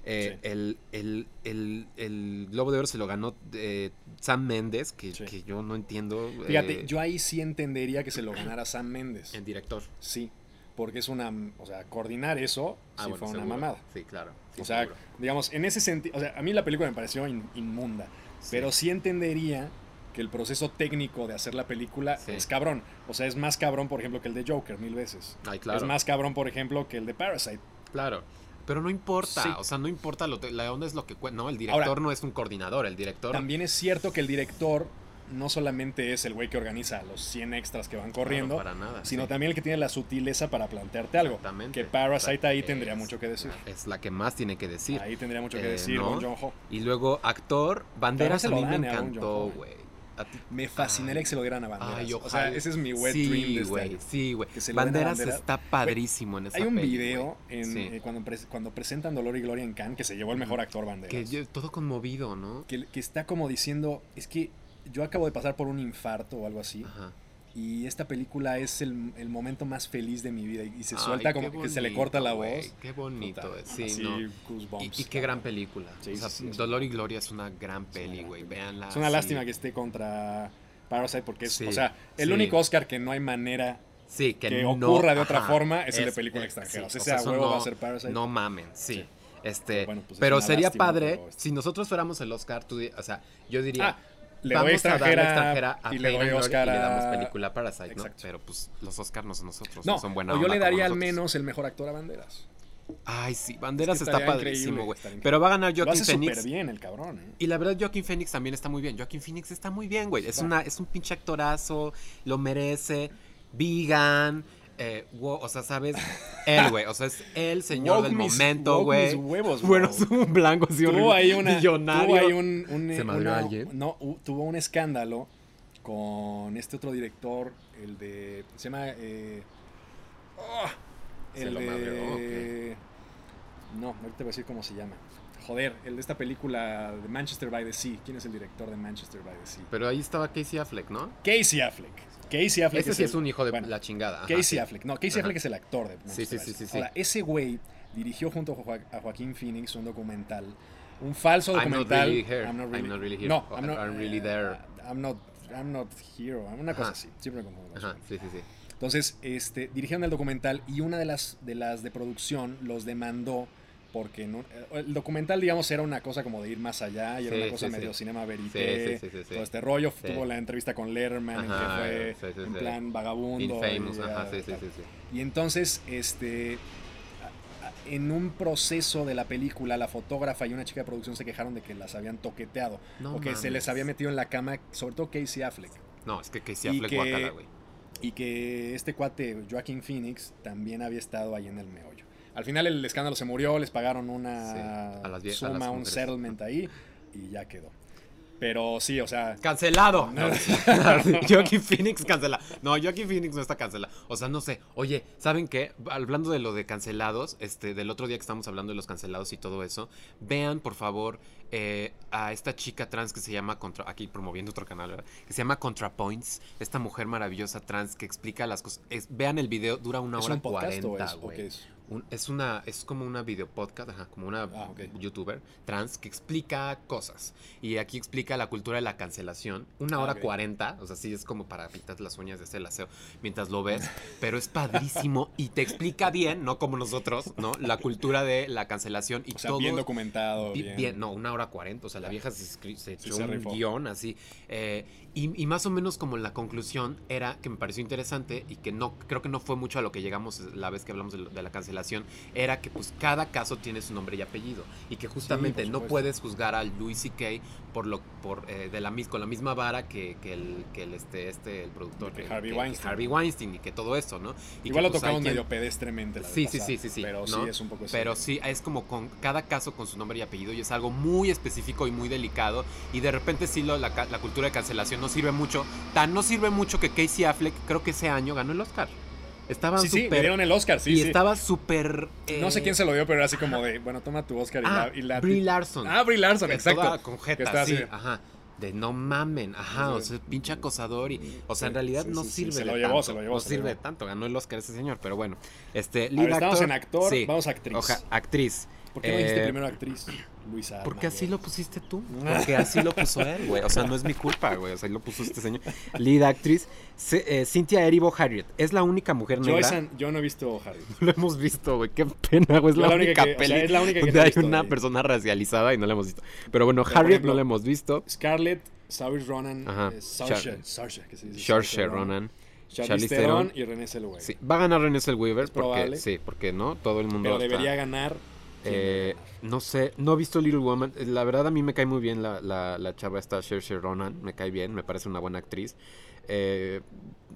S1: Eh,
S2: Sí.
S1: el, el, el, el Globo de Oro se lo ganó eh, Sam Mendes, que,
S2: Sí.
S1: que yo no entiendo.
S2: Fíjate,
S1: eh,
S2: yo ahí sí entendería que se lo ganara Sam Méndez.
S1: En director.
S2: Sí, porque es una. O sea, coordinar eso
S1: Ah,
S2: sí
S1: bueno,
S2: fue una
S1: seguro.
S2: mamada.
S1: Sí, claro. sí,
S2: o sea,
S1: seguro.
S2: digamos, en ese sentido. O sea, a mí la película me pareció in- inmunda.
S1: Sí.
S2: Pero sí entendería que el proceso técnico de hacer la película
S1: Sí.
S2: es cabrón. O sea, es más cabrón, por ejemplo, que el de Joker mil veces.
S1: Ay, claro.
S2: Es más cabrón, por ejemplo, que el de Parasite.
S1: Claro. Pero no importa,
S2: Sí.
S1: o sea, no importa, lo te- la onda es lo que cuenta. No, el director
S2: Ahora-
S1: no es un coordinador, el director.
S2: También es cierto que el director no solamente es el güey que organiza los 100 extras que van
S1: Claro,
S2: corriendo,
S1: para nada.
S2: sino
S1: sí.
S2: también el que tiene la sutileza para plantearte algo.
S1: Exactamente.
S2: Que Parasite ahí
S1: Es-
S2: tendría mucho que decir.
S1: Es la que más tiene que decir.
S2: Ahí tendría mucho que
S1: Eh,
S2: decir
S1: ¿no?
S2: Bon Joon-ho.
S1: Y luego, actor, Banderas
S2: se
S1: a
S2: lo
S1: mí me
S2: dan a Bong
S1: encantó,
S2: Joon-ho,
S1: güey. A ti-
S2: Me fascinaría
S1: Ay.
S2: que se lo dieran a Banderas.
S1: Ay,
S2: o sea,
S1: ojalá.
S2: ese es mi wet
S1: sí,
S2: dream de este
S1: güey,
S2: año.
S1: Sí, güey.
S2: Que se lo den a
S1: Banderas
S2: Banderas.
S1: está padrísimo en esa
S2: Hay un
S1: peli,
S2: video en,
S1: Sí.
S2: eh, cuando, pres- cuando presentan Dolor y Gloria en Cannes que se llevó el mejor actor
S1: güey.
S2: Banderas.
S1: Que yo- todo conmovido, ¿no?
S2: que, que está como diciendo, es que yo acabo de pasar por un infarto o algo así,
S1: Ajá.
S2: y esta película es el, el momento más feliz de mi vida, y y se
S1: Ay,
S2: suelta
S1: qué
S2: como que se le corta la
S1: bonito, güey,
S2: voz.
S1: Qué bonito,
S2: Puta,
S1: eh, sí,
S2: así,
S1: ¿no? Y,
S2: goosebumps,
S1: y qué gran película.
S2: Sí,
S1: o sea,
S2: sí, sí, es-
S1: Dolor y Gloria es una gran peli,
S2: gran
S1: güey.
S2: película.
S1: Véanla.
S2: Es una
S1: Ah, sí.
S2: lástima que esté contra Parasite, porque es,
S1: Sí,
S2: o sea, el
S1: sí.
S2: único Oscar que no hay manera
S1: Sí, que,
S2: que,
S1: no-
S2: ocurra de otra
S1: ajá,
S2: forma es, el de
S1: es-
S2: película
S1: eh,
S2: extranjera.
S1: sí,
S2: o
S1: o
S2: sea, ese a
S1: sea, eso
S2: huevo va a
S1: no-
S2: ser Parasite.
S1: No mamen, sí.
S2: Sí.
S1: Este,
S2: Bueno, pues es
S1: pero
S2: una
S1: sería
S2: lástima,
S1: padre
S2: pero, este-
S1: si nosotros fuéramos el Oscar, tú, di- o sea, yo diría,
S2: Ah, le
S1: vamos
S2: doy
S1: a darle
S2: extranjera,
S1: extranjera a
S2: y
S1: Pain
S2: le doy
S1: and Glory
S2: Oscar
S1: y le damos
S2: a-
S1: película a Parasite, ¿no?
S2: Exacto.
S1: Pero pues los Oscars no son nosotros, no,
S2: No,
S1: son buena
S2: o yo
S1: onda
S2: le
S1: como
S2: daría al
S1: nosotros.
S2: menos el mejor actor a Banderas.
S1: Ay, sí, Banderas
S2: Es que
S1: está
S2: estaría
S1: padrísimo,
S2: increíble,
S1: güey.
S2: estaría
S1: Pero va a ganar
S2: Lo
S1: Joaquin
S2: hace súper
S1: Phoenix.
S2: bien el cabrón, ¿eh?
S1: Y la verdad, Joaquin Phoenix también está muy bien. Joaquin Phoenix está muy bien, güey. Es,
S2: Claro.
S1: una, es un pinche actorazo, lo merece. Vegan, eh, wo- o sea, ¿sabes? Él, güey. O sea, es el señor
S2: Woke
S1: del
S2: mis-
S1: momento,
S2: woke
S1: güey.
S2: mis huevos,
S1: Bueno,
S2: wow.
S1: es un blanco, sí,
S2: tuvo
S1: horrible.
S2: ahí una,
S1: Millonario.
S2: Tuvo ahí un, un-
S1: ¿Se
S2: eh,
S1: madreó
S2: una-
S1: a alguien?
S2: No, hu- tuvo un escándalo con este otro director, el de. Se llama. eh, ah,
S1: Se
S2: el
S1: lo
S2: de.
S1: madreó,
S2: No, ahorita te voy a decir cómo se llama. Joder, el de esta película de Manchester by the Sea. ¿Quién es el director de Manchester by the Sea?
S1: Pero ahí estaba Casey Affleck, ¿no?
S2: Casey Affleck. Casey Affleck.
S1: Ese sí
S2: el-
S1: es un hijo de
S2: bueno,
S1: la chingada. ajá,
S2: Casey
S1: sí.
S2: Affleck. No, Casey
S1: Ajá.
S2: Affleck es el actor de Manchester
S1: sí,
S2: by the
S1: sí, sí,
S2: Sea.
S1: sí.
S2: Ahora, ese güey dirigió junto a, Joa- a Joaquín Phoenix un documental, un falso
S1: I'm not
S2: documental.
S1: really here. I'm not really here.
S2: No,
S1: O
S2: I'm not
S1: I'm really
S2: eh,
S1: there.
S2: I'm not, I'm not here. o Una cosa
S1: Ajá.
S2: así. Siempre me confundo. con
S1: Ajá,
S2: eso.
S1: sí, sí, sí.
S2: Entonces, este, dirigieron el documental y una de las de las de producción los demandó porque en un- el documental, digamos, era una cosa como de ir más allá y era
S1: Sí,
S2: una cosa
S1: sí,
S2: medio
S1: sí.
S2: cinema
S1: Sí,
S2: verité,
S1: sí, sí, sí, sí.
S2: todo este rollo.
S1: Sí.
S2: Tuvo la entrevista con Lerman, en
S1: Ajá,
S2: que fue
S1: sí, sí,
S2: en
S1: sí.
S2: plan vagabundo.
S1: Infamous,
S2: y,
S1: ajá,
S2: ah,
S1: sí, sí,
S2: tal.
S1: sí, sí.
S2: Y entonces, este, a- a- en un proceso de la película, la fotógrafa y una chica de producción se quejaron de que las habían toqueteado
S1: No
S2: o que se les
S1: mames.
S2: había metido en la cama, sobre todo Casey Affleck.
S1: No, es que Casey
S2: Y
S1: Affleck
S2: que-
S1: guacala, güey.
S2: Y que este cuate, Joaquín Phoenix, también había estado ahí en el meollo. Al final el escándalo se murió, les pagaron una
S1: Sí, a las vie- a
S2: suma,
S1: las
S2: un
S1: mujeres.
S2: settlement ahí y ya quedó. Pero sí, o sea,
S1: Cancelado.
S2: No.
S1: No, Joaquin Phoenix cancela. No, Joaquin Phoenix no está cancelado. O sea, no sé. Oye, ¿saben qué? Hablando de lo de cancelados, este, del otro día que estamos hablando de los cancelados y todo eso, vean, por favor, eh, a esta chica trans que se llama Contra. Aquí promoviendo otro canal, ¿verdad? Que se llama ContraPoints. Esta mujer maravillosa trans que explica las cosas. Es- vean el video, dura una
S2: ¿es
S1: hora
S2: un podcast o es-
S1: cuarenta,
S2: o
S1: güey.
S2: qué es?
S1: Un- es una es como una video podcast, ajá, como una
S2: Ah, ok.
S1: youtuber trans que explica cosas y aquí explica la cultura de la cancelación, una
S2: Ah,
S1: hora
S2: ok.
S1: cuarenta, o sea, sí es como para pintar las uñas de hacer el aseo mientras lo ves, pero es padrísimo y te explica bien, no como nosotros, ¿no? La cultura de la cancelación y
S2: O sea,
S1: todo
S2: bien documentado.
S1: Bi-
S2: Bien,
S1: bien, no, una hora cuarenta. O sea, la vieja se, escri- se
S2: Sí,
S1: echó
S2: se
S1: un
S2: rifó.
S1: guión así. eh, y, y más o menos como la conclusión era que me pareció interesante y que no creo que no fue mucho a lo que llegamos la vez que hablamos de, lo- de la cancelación, era que pues cada caso tiene su nombre y apellido. Y que justamente no
S2: supuesto.
S1: puedes juzgar al Louis C.K. por lo, por, eh, de la, mis- con la misma vara que, que el, que el, este, este, el productor.
S2: Que Harvey Weinstein.
S1: Harvey Weinstein y que todo esto, ¿no? Y
S2: Igual
S1: que,
S2: lo
S1: pues, hay
S2: tocamos
S1: quien-
S2: medio pedestremente la vez
S1: Sí, sí,
S2: pasada,
S1: sí, sí, sí,
S2: Pero
S1: ¿no?
S2: sí es un poco así.
S1: Pero sí, es como con cada caso con su nombre y apellido y es algo muy específico y muy delicado. Y de repente sí lo- la, ca- la cultura de cancelación no sirve mucho. Tan no sirve mucho que Casey Affleck creo que ese año ganó el Oscar. Estaban
S2: Sí, sí, le
S1: súper-
S2: dieron el Oscar, sí,
S1: y
S2: sí.
S1: estaba súper... eh,
S2: No sé quién se lo dio, pero era así como de, bueno, toma tu Oscar y
S1: Ah,
S2: la... y la-
S1: Brie Larson.
S2: Ah, Brie Larson,
S1: Que
S2: exacto.
S1: toda con jeta,
S2: estaba así
S1: sí,
S2: de-
S1: ajá. de no mamen, ajá, o
S2: Sí.
S1: sea, pinche acosador y, o sea, en realidad
S2: Sí, sí,
S1: no
S2: sí,
S1: sirve
S2: se lo
S1: de
S2: llevó,
S1: tanto,
S2: se lo llevó,
S1: no
S2: se lo
S1: sirve de
S2: llevó.
S1: tanto, ganó el Oscar ese señor, pero bueno, este,
S2: A ver,
S1: lead
S2: estamos
S1: actor,
S2: en actor,
S1: sí,
S2: vamos a actriz.
S1: oja, actriz,
S2: ¿Por qué no dijiste
S1: eh,
S2: primero actriz, Luisa?
S1: porque así lo
S2: Armaguer?
S1: pusiste tú, Ah, porque así lo puso él, güey, o sea, no es mi culpa, güey, o sea, lo puso este señor, lead actriz, C- eh, Cynthia Erivo Harriet, es la única mujer
S2: Yo,
S1: negra,
S2: esa- yo no he visto Harry.
S1: lo hemos visto, güey, qué pena, güey, es
S2: Yo
S1: la,
S2: la
S1: única
S2: única que- o sea,
S1: peli
S2: es la única que
S1: donde
S2: no he
S1: hay
S2: visto de
S1: una
S2: ella.
S1: persona racializada y no la hemos visto, pero bueno,
S2: por
S1: Harriet
S2: ejemplo,
S1: no la hemos visto,
S2: Scarlett, Saoirse Ronan,
S1: Ajá.
S2: eh, Saoirse, Saoirse, que se dice
S1: Saoirse Ronan.
S2: Charlize
S1: Charlize
S2: Theron
S1: Theron.
S2: y René Zellweger.
S1: Sí, va a ganar René Weaver
S2: probable.
S1: porque sí, porque no, todo el mundo
S2: Pero
S1: está-
S2: debería ganar. ¿quién
S1: Eh,
S2: va a ganar?
S1: no sé, no he visto Little Woman. Eh, La verdad a mí me cae muy bien la, la, la chava esta Saoirse Ronan, me cae bien, me parece una buena actriz. Eh,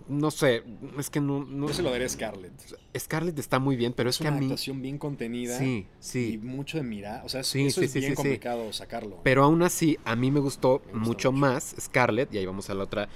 S1: no sé, es que no, no-
S2: Yo se lo daré a Scarlett.
S1: Scarlett está muy bien, pero es,
S2: Es
S1: que a
S2: una
S1: mí
S2: actuación bien contenida
S1: sí,
S2: y
S1: sí.
S2: mucho de mirar. O sea, es-
S1: Sí,
S2: eso
S1: sí,
S2: es
S1: sí,
S2: bien
S1: sí, sí.
S2: complicado sacarlo. ¿eh?
S1: Pero aún así a mí me gustó
S2: Me gusta
S1: mucho
S2: mucho.
S1: más Scarlett y ahí vamos a la otra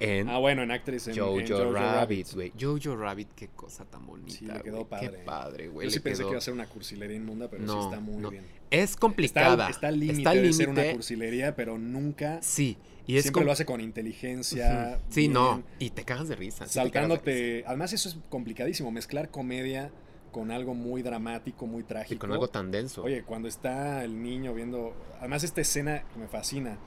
S1: en
S2: ah, bueno, en actriz en, en
S1: Jojo
S2: Jojo
S1: Rabbit, güey. Jojo Rabbit, qué cosa tan bonita.
S2: le quedó
S1: güey, Qué
S2: padre.
S1: padre, güey.
S2: Yo sí
S1: le
S2: pensé
S1: quedó-
S2: que iba a ser una cursilería inmunda, pero sí
S1: No,
S2: está muy
S1: no.
S2: bien.
S1: Es
S2: Está,
S1: complicada.
S2: está al
S1: límite
S2: límite de ser una cursilería, pero nunca.
S1: Sí, y es
S2: siempre
S1: com-
S2: lo hace con inteligencia.
S1: Ujú. Sí,
S2: bien,
S1: no, y te cagas de risa. sí te cagas de risa.
S2: Saltándote. Además, eso es complicadísimo. Mezclar comedia con algo muy dramático, muy
S1: Y
S2: trágico.
S1: con algo tan denso.
S2: Oye, cuando está el niño viendo. Además, esta escena que me fascina.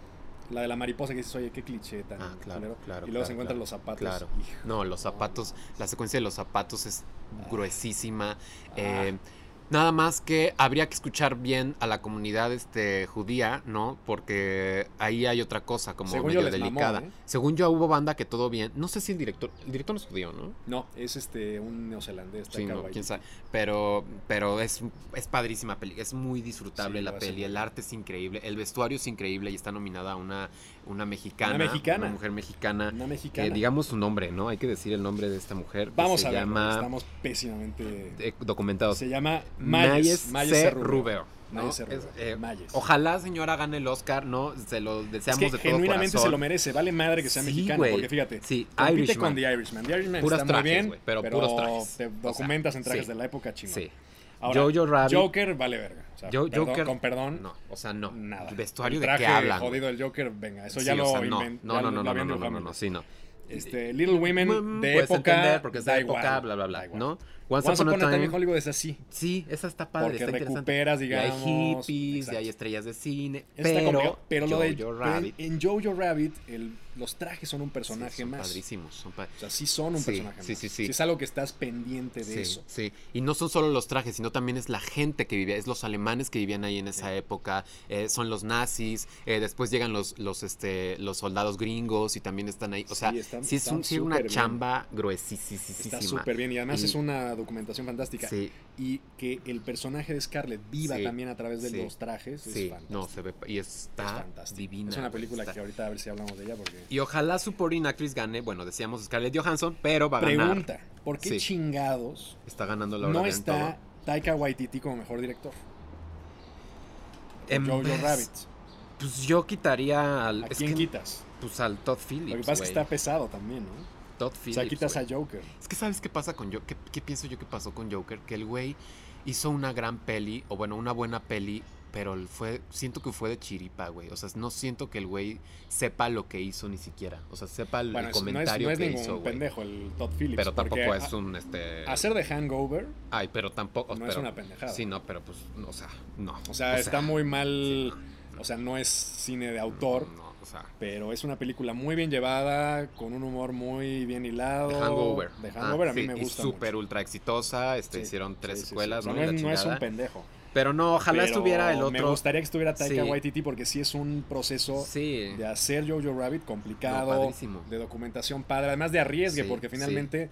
S2: La de la mariposa que dices, oye, qué cliché tan.
S1: Ah, claro,
S2: culero".
S1: claro,
S2: Y luego
S1: claro,
S2: se encuentran
S1: claro,
S2: los zapatos.
S1: claro.
S2: Hijo,
S1: no, los zapatos, la secuencia de los zapatos es
S2: Ah.
S1: gruesísima.
S2: ah,
S1: eh, nada más que habría que escuchar bien a la comunidad este, judía, ¿no? Porque ahí hay otra cosa como
S2: Según yo
S1: medio
S2: les mamó,
S1: delicada.
S2: ¿eh?
S1: Según yo hubo banda que todo bien. No sé si el director, el director no es judío, ¿no?
S2: No, es este un neozelandés.
S1: Sí,
S2: Taika
S1: no,
S2: Waititi.
S1: quién sabe. Pero, pero es, es padrísima peli, es muy disfrutable
S2: Sí, lo
S1: la
S2: hace
S1: peli,
S2: muy
S1: el
S2: bien.
S1: arte es increíble, el vestuario es increíble y está nominada a una, una mexicana,
S2: Una mexicana.
S1: una mujer mexicana.
S2: Una
S1: Eh,
S2: mexicana.
S1: digamos su nombre, ¿no? Hay que decir el nombre de esta mujer. que
S2: Vamos
S1: se
S2: a ver.
S1: llama
S2: Estamos pésimamente.
S1: eh, documentados.
S2: Se llama
S1: Mayes,
S2: Mayes,
S1: C.
S2: Mayes
S1: Rubeo.
S2: Rubeo.
S1: ¿no?
S2: Mayes C. Rubeo.
S1: Es, eh,
S2: Mayes.
S1: Ojalá señora gane el Oscar, ¿no? Se lo
S2: Es
S1: deseamos
S2: que
S1: de todo
S2: genuinamente se
S1: corazón.
S2: lo merece. Vale madre que sea
S1: Sí,
S2: mexicano.
S1: güey.
S2: Porque fíjate,
S1: Sí,
S2: compite
S1: Irishman.
S2: con The Irishman. The Irishman
S1: Puros
S2: está muy
S1: trajes,
S2: bien,
S1: güey, pero puros trajes.
S2: te
S1: O sea,
S2: documentas en trajes
S1: sí.
S2: de la época chingón.
S1: Sí.
S2: Ahora,
S1: Jojo Rabbit.
S2: Joker vale verga. O sea,
S1: Yo-
S2: perdón-
S1: Joker-
S2: con perdón,
S1: No, o sea, no.
S2: nada.
S1: El vestuario
S2: El
S1: de
S2: traje
S1: qué hablan. güey?
S2: jodido el Joker, venga, eso
S1: Sí,
S2: ya
S1: o
S2: lo
S1: sea, no,
S2: inven-
S1: no, no,
S2: ya lo
S1: no, no, no,
S2: habían
S1: no, no,
S2: dibujado.
S1: no, no, sí, no.
S2: Este, Little Women
S1: Mm,
S2: de
S1: puedes
S2: época,
S1: entender porque es
S2: da
S1: de época,
S2: igual,
S1: bla, bla, bla,
S2: da igual.
S1: ¿no?
S2: Once, Upon a Time en Hollywood es así.
S1: Sí, esa está padre,
S2: Porque
S1: está interesante.
S2: recuperas,
S1: Y hay
S2: digamos.
S1: hippies, y
S2: exacto.
S1: hay estrellas de cine,
S2: Eso está
S1: pero,
S2: complicado, pero lo de
S1: Jojo
S2: pero
S1: Rabbit, sí,
S2: en en Jojo Rabbit el- los trajes son un personaje
S1: son
S2: más.
S1: Padrísimos, son pa-
S2: O sea, sí son un
S1: Sí,
S2: personaje
S1: sí,
S2: más.
S1: sí, sí.
S2: Si es algo que estás pendiente de
S1: Sí,
S2: eso.
S1: sí. Y no son solo los trajes, sino también es la gente que vivía, es los alemanes que vivían ahí en esa época, eh, son los nazis, eh, después llegan los, los, este, los soldados gringos y también están ahí. O sea,
S2: Sí,
S1: sí,
S2: están-
S1: es un-
S2: están
S1: sí es una
S2: súper bien.
S1: chamba gruesísima.
S2: Está súper bien y además
S1: Y-
S2: es una documentación fantástica.
S1: Sí,
S2: Y que el personaje de Scarlett viva
S1: Sí,
S2: también a través de
S1: sí,
S2: los trajes es
S1: sí,
S2: fantástico.
S1: no, se ve, y
S2: es
S1: está
S2: fantástico.
S1: divina.
S2: Es una
S1: güey,
S2: película
S1: está-
S2: que ahorita a ver si hablamos de ella porque...
S1: Y ojalá su por actriz gane, bueno, decíamos Scarlett Johansson, pero va a ganar.
S2: Pregunta, ¿por qué
S1: Sí.
S2: chingados
S1: Está ganando la hora
S2: no
S1: de
S2: está Taika Waititi como mejor director?
S1: En
S2: Jojo
S1: vez-
S2: Rabbit.
S1: Pues yo quitaría al.
S2: ¿A
S1: Em, es
S2: quién
S1: que-
S2: quitas?
S1: Pues al Todd
S2: Lo que
S1: Phillips.
S2: pasa es que
S1: güey.
S2: está pesado también, ¿no?
S1: Todd
S2: o
S1: Phillips.
S2: sea, quitas
S1: güey.
S2: a Joker.
S1: Es que sabes qué pasa con Joker. ¿Qué, qué pienso yo que pasó con Joker? Que el güey hizo una gran peli, o bueno, una buena peli, pero el fue. Siento que fue de chiripa, güey. O sea, no siento que el güey sepa lo que hizo ni siquiera. O sea, sepa el
S2: Bueno, es- no es,
S1: comentario
S2: no es
S1: que
S2: ningún
S1: hizo, güey.
S2: pendejo el Todd Phillips.
S1: Pero tampoco
S2: porque
S1: es
S2: a-
S1: un este.
S2: Hacer de Hangover
S1: Ay, pero tampoco.
S2: no es
S1: pero-
S2: una pendejada.
S1: Sí, no, pero pues, no, o sea, no.
S2: O sea, está muy mal. O sea, no es cine de autor,
S1: No, o sea.
S2: pero es una película muy bien llevada, con un humor muy bien hilado.
S1: De Hangover.
S2: De Hangover
S1: Ah,
S2: a mí
S1: sí,
S2: me
S1: y
S2: gusta.
S1: Súper
S2: mucho.
S1: ultra exitosa. Este,
S2: Sí,
S1: hicieron tres
S2: Sí, sí, sí.
S1: escuelas,
S2: O sea,
S1: ¿no? Y la
S2: es, no es un
S1: chingada.
S2: pendejo.
S1: Pero no, ojalá
S2: Pero
S1: estuviera el
S2: Me
S1: otro.
S2: gustaría que estuviera Taika
S1: Sí.
S2: Waititi porque sí es un proceso
S1: sí.
S2: de hacer Jojo Rabbit
S1: No,
S2: complicado,
S1: padrísimo.
S2: de documentación padre, además de arriesgue,
S1: Sí,
S2: porque
S1: sí.
S2: finalmente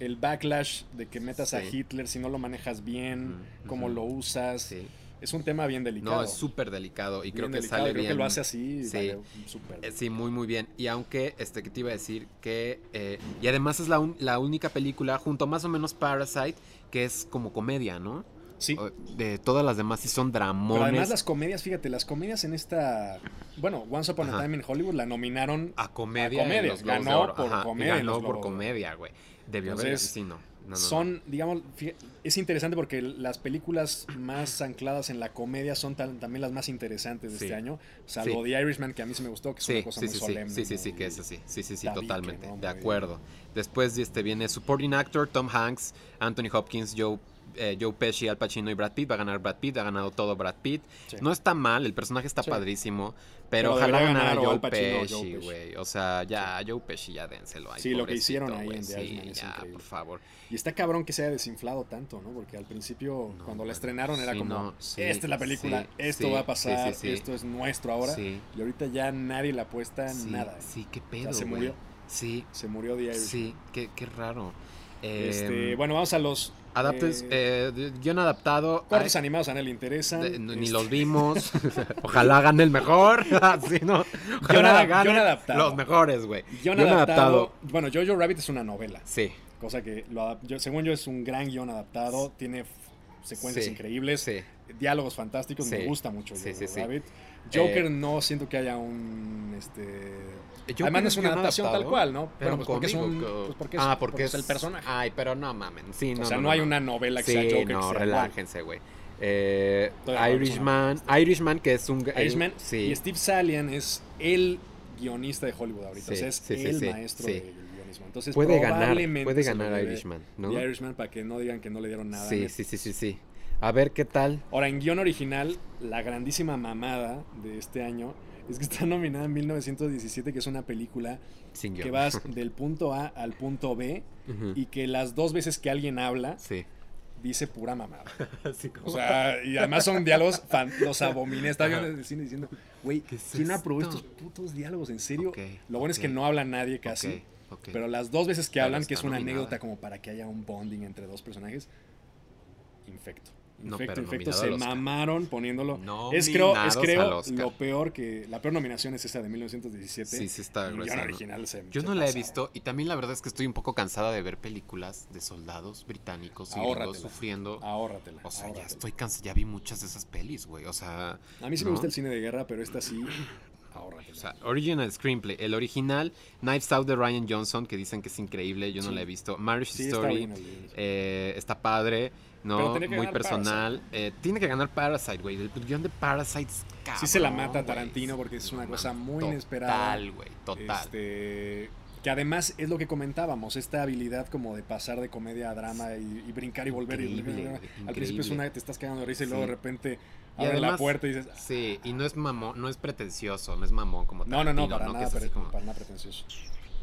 S2: el backlash de que metas a
S1: Sí.
S2: Hitler si no lo manejas bien,
S1: Ujú,
S2: cómo
S1: ujú.
S2: lo usas,
S1: Sí.
S2: es un tema bien delicado.
S1: No, es súper delicado y creo
S2: bien
S1: que
S2: delicado,
S1: sale
S2: y creo
S1: bien.
S2: que lo hace así,
S1: Sí.
S2: vale, súper
S1: Eh,
S2: bien.
S1: Sí, muy, muy bien. Y aunque, este, que te iba a decir que. eh, y además es la, un- la única película, junto a más o menos Parasite, que es como comedia, ¿no?
S2: Sí.
S1: De todas las demás sí son dramones.
S2: Pero además las comedias, fíjate, las comedias en esta, bueno, Once Upon a
S1: Ajá. Ah,
S2: Time in Hollywood la nominaron
S1: a comedia.
S2: a comedia.
S1: en los Globos de
S2: Ganó
S1: Oro.
S2: por
S1: Ajá, y
S2: comedia en
S1: ganó
S2: los
S1: por
S2: Globos de Oro.
S1: comedia, güey. Debió haber
S2: Entonces,
S1: asesino. No, no,
S2: son, digamos, fí- es interesante porque las películas más ancladas en la comedia son tan- también las más interesantes de
S1: Sí.
S2: este año, salvo
S1: Sí.
S2: The Irishman, que a mí se me gustó, que
S1: no.
S2: es
S1: Sí,
S2: una cosa
S1: sí,
S2: muy
S1: sí, sí,
S2: solemne.
S1: sí, sí, sí,
S2: muy-
S1: que es así. Sí, sí, sí,
S2: tabique,
S1: totalmente.
S2: ¿no?
S1: De
S2: Muy-
S1: acuerdo. Después este viene Supporting Actor, Tom Hanks, Anthony Hopkins, Joe, eh, Joe Pesci, Al Pacino y Brad Pitt. Va a ganar Brad Pitt, ha ganado todo Brad Pitt.
S2: sí.
S1: No está mal, el personaje está
S2: Sí.
S1: padrísimo, pero,
S2: Pero
S1: ojalá
S2: debería
S1: ganara
S2: ganar o
S1: Joe
S2: Al Pacino o Joe
S1: Pesci,
S2: Pesci.
S1: güey. O sea, ya Joe Pesci ya dénselo ahí,
S2: Sí, lo que
S1: pobrecito,
S2: hicieron ahí
S1: güey,
S2: en The
S1: Sí,
S2: Irishman es
S1: ya,
S2: increíble.
S1: por favor.
S2: Y está cabrón que se haya desinflado tanto, ¿no? Porque al principio,
S1: No,
S2: cuando la
S1: mano.
S2: estrenaron, era
S1: Sí,
S2: como,
S1: no, sí,
S2: esta es la película,
S1: sí,
S2: esto
S1: sí,
S2: va a pasar,
S1: sí, sí, sí.
S2: esto es nuestro ahora.
S1: Sí,
S2: Y ahorita ya nadie le apuesta
S1: sí,
S2: nada.
S1: sí, qué
S2: O
S1: pedo,
S2: sea, se
S1: güey.
S2: murió,
S1: Sí,
S2: se murió The Irishman.
S1: sí, qué, qué raro. Eh,
S2: Este, bueno, vamos a los
S1: adaptes- eh,
S2: eh,
S1: de- guión adaptado.
S2: cortos
S1: ay,
S2: animados, a nadie le interesan.
S1: de- no, ni
S2: Este,
S1: los vimos. Ojalá gane el mejor. sí, no. Ojalá
S2: adap-
S1: gane
S2: guión adaptado.
S1: los mejores, güey.
S2: Guión
S1: Guión
S2: adaptado.
S1: adaptado.
S2: Bueno, Jojo Rabbit es una novela,
S1: Sí,
S2: cosa que lo adap- yo- según yo es un gran guión adaptado, tiene f- secuencias
S1: Sí,
S2: increíbles,
S1: sí.
S2: diálogos fantásticos, me
S1: Sí.
S2: gusta mucho
S1: Sí,
S2: Jojo
S1: sí, Eh, sí.
S2: Rabbit. Joker no siento que haya un este
S1: Yo creo
S2: Además, no es
S1: que
S2: una
S1: han
S2: adaptación
S1: adaptado,
S2: tal cual, ¿no?
S1: Pero
S2: Bueno, pues, porque es
S1: cómico,
S2: un-
S1: co-
S2: pues, porque es-
S1: ah, porque
S2: porque
S1: es,
S2: es el personaje.
S1: Ay, pero no mamen. Sí, no,
S2: o sea, no,
S1: no,
S2: hay
S1: no.
S2: una novela que
S1: Sí,
S2: sea Joker
S1: no,
S2: que sea
S1: relájense, güey. Eh,
S2: Estoy de acuerdo,
S1: Irishman, Irishman que es un
S2: igual. Irishman
S1: eh, sí,
S2: y Steve Salian es el guionista de Hollywood ahorita, o
S1: Sí,
S2: sea, es
S1: sí, sí,
S2: el
S1: sí,
S2: maestro
S1: sí.
S2: del guionismo. Entonces,
S1: puede ganar,
S2: probablemente
S1: puede
S2: se lo
S1: ganar
S2: lleve
S1: Irishman, ¿no?
S2: The Irishman para que no digan que no le dieron nada.
S1: Sí,
S2: neta.
S1: sí, sí, sí, sí. A ver qué tal.
S2: Ahora, en guión original, la grandísima mamada de este año es que está nominada en 1917, que es una película
S1: Sin
S2: que
S1: guión.
S2: vas del punto A al punto B
S1: Ujú.
S2: y que las dos veces que alguien habla
S1: Sí.
S2: dice pura mamada.
S1: Así como
S2: O sea, y además son diálogos, fan- los abominé. Estaba
S1: Ajá.
S2: viendo el cine diciendo, güey,
S1: ¿Qué es
S2: ¿quién aprobó
S1: esto?
S2: estos putos diálogos? ¿En serio?
S1: Ok,
S2: Lo bueno es que
S1: ok,
S2: no habla nadie casi.
S1: ok, ok.
S2: Pero las dos veces que
S1: Pero
S2: hablan,
S1: está
S2: que es una
S1: nominada.
S2: anécdota como para que haya un bonding entre dos personajes, infecto.
S1: No,
S2: Infecto,
S1: pero
S2: infecto.
S1: nominado
S2: Se
S1: al Oscar.
S2: mamaron poniéndolo.
S1: No
S2: es creo, es creo
S1: nominados al
S2: lo
S1: Oscar.
S2: peor que. La peor nominación es esa de 1917.
S1: sí, sí está
S2: Y el
S1: gruesa,
S2: guion
S1: ¿no?
S2: original se-
S1: Yo
S2: se
S1: no la he
S2: pasa.
S1: visto y también la verdad es que estoy un poco cansada de ver películas de soldados británicos y gringos
S2: Ahórratela.
S1: sufriendo.
S2: Ahórratela.
S1: O sea, ya
S2: ahórratela.
S1: estoy cansado, ya vi muchas de esas pelis, güey. O sea,
S2: A mí sí me
S1: ¿no?
S2: gusta el cine de guerra, pero esta sí. Ahórratela.
S1: o sea, original screenplay, el original Knives Out de Ryan Johnson que dicen que es increíble, yo no
S2: Sí.
S1: la he visto. Marriage
S2: sí, está
S1: Story eh,
S2: bien
S1: está,
S2: el guion.
S1: padre,
S2: Pero
S1: no,
S2: tenía que
S1: muy
S2: ganar
S1: personal. Eh, tiene que ganar Parasite, güey. El guión de Parasite es
S2: Sí se la
S1: cabrón,
S2: mata
S1: güey.
S2: Tarantino porque es
S1: No
S2: una
S1: mames,
S2: cosa muy inesperada.
S1: Total, güey, total.
S2: Este, que además es lo que comentábamos, esta habilidad como de pasar de comedia a drama y, y brincar y volver. y-
S1: Increíble,
S2: y-
S1: güey,
S2: al principio es
S1: increíble.
S2: una que te estás cagando de risa y
S1: Sí.
S2: luego de repente
S1: Y
S2: abres la
S1: además-
S2: puerta y dices,
S1: Sí, y no es mamón, no es pretencioso, no es mamón como
S2: no, no,
S1: Tarantino,
S2: no, para,
S1: Que
S2: nada,
S1: es así
S2: pre-
S1: como-
S2: para nada pretencioso.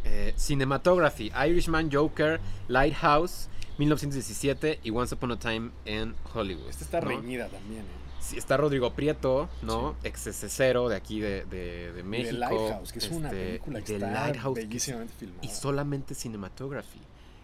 S1: Eh, Cinematography, Irishman, Joker, Lighthouse, 1917 y Once Upon a Time en Hollywood.
S2: Esta Este está
S1: ¿no?
S2: reñida también. ¿eh?
S1: Sí, está Rodrigo Prieto, ¿no? Ex cero de aquí de, de- de
S2: Y
S1: México.
S2: The Lighthouse, que es una
S1: este,
S2: película que
S1: The
S2: está
S1: Lighthouse, que es-
S2: bellísimamente filmada.
S1: y solamente Cinematography.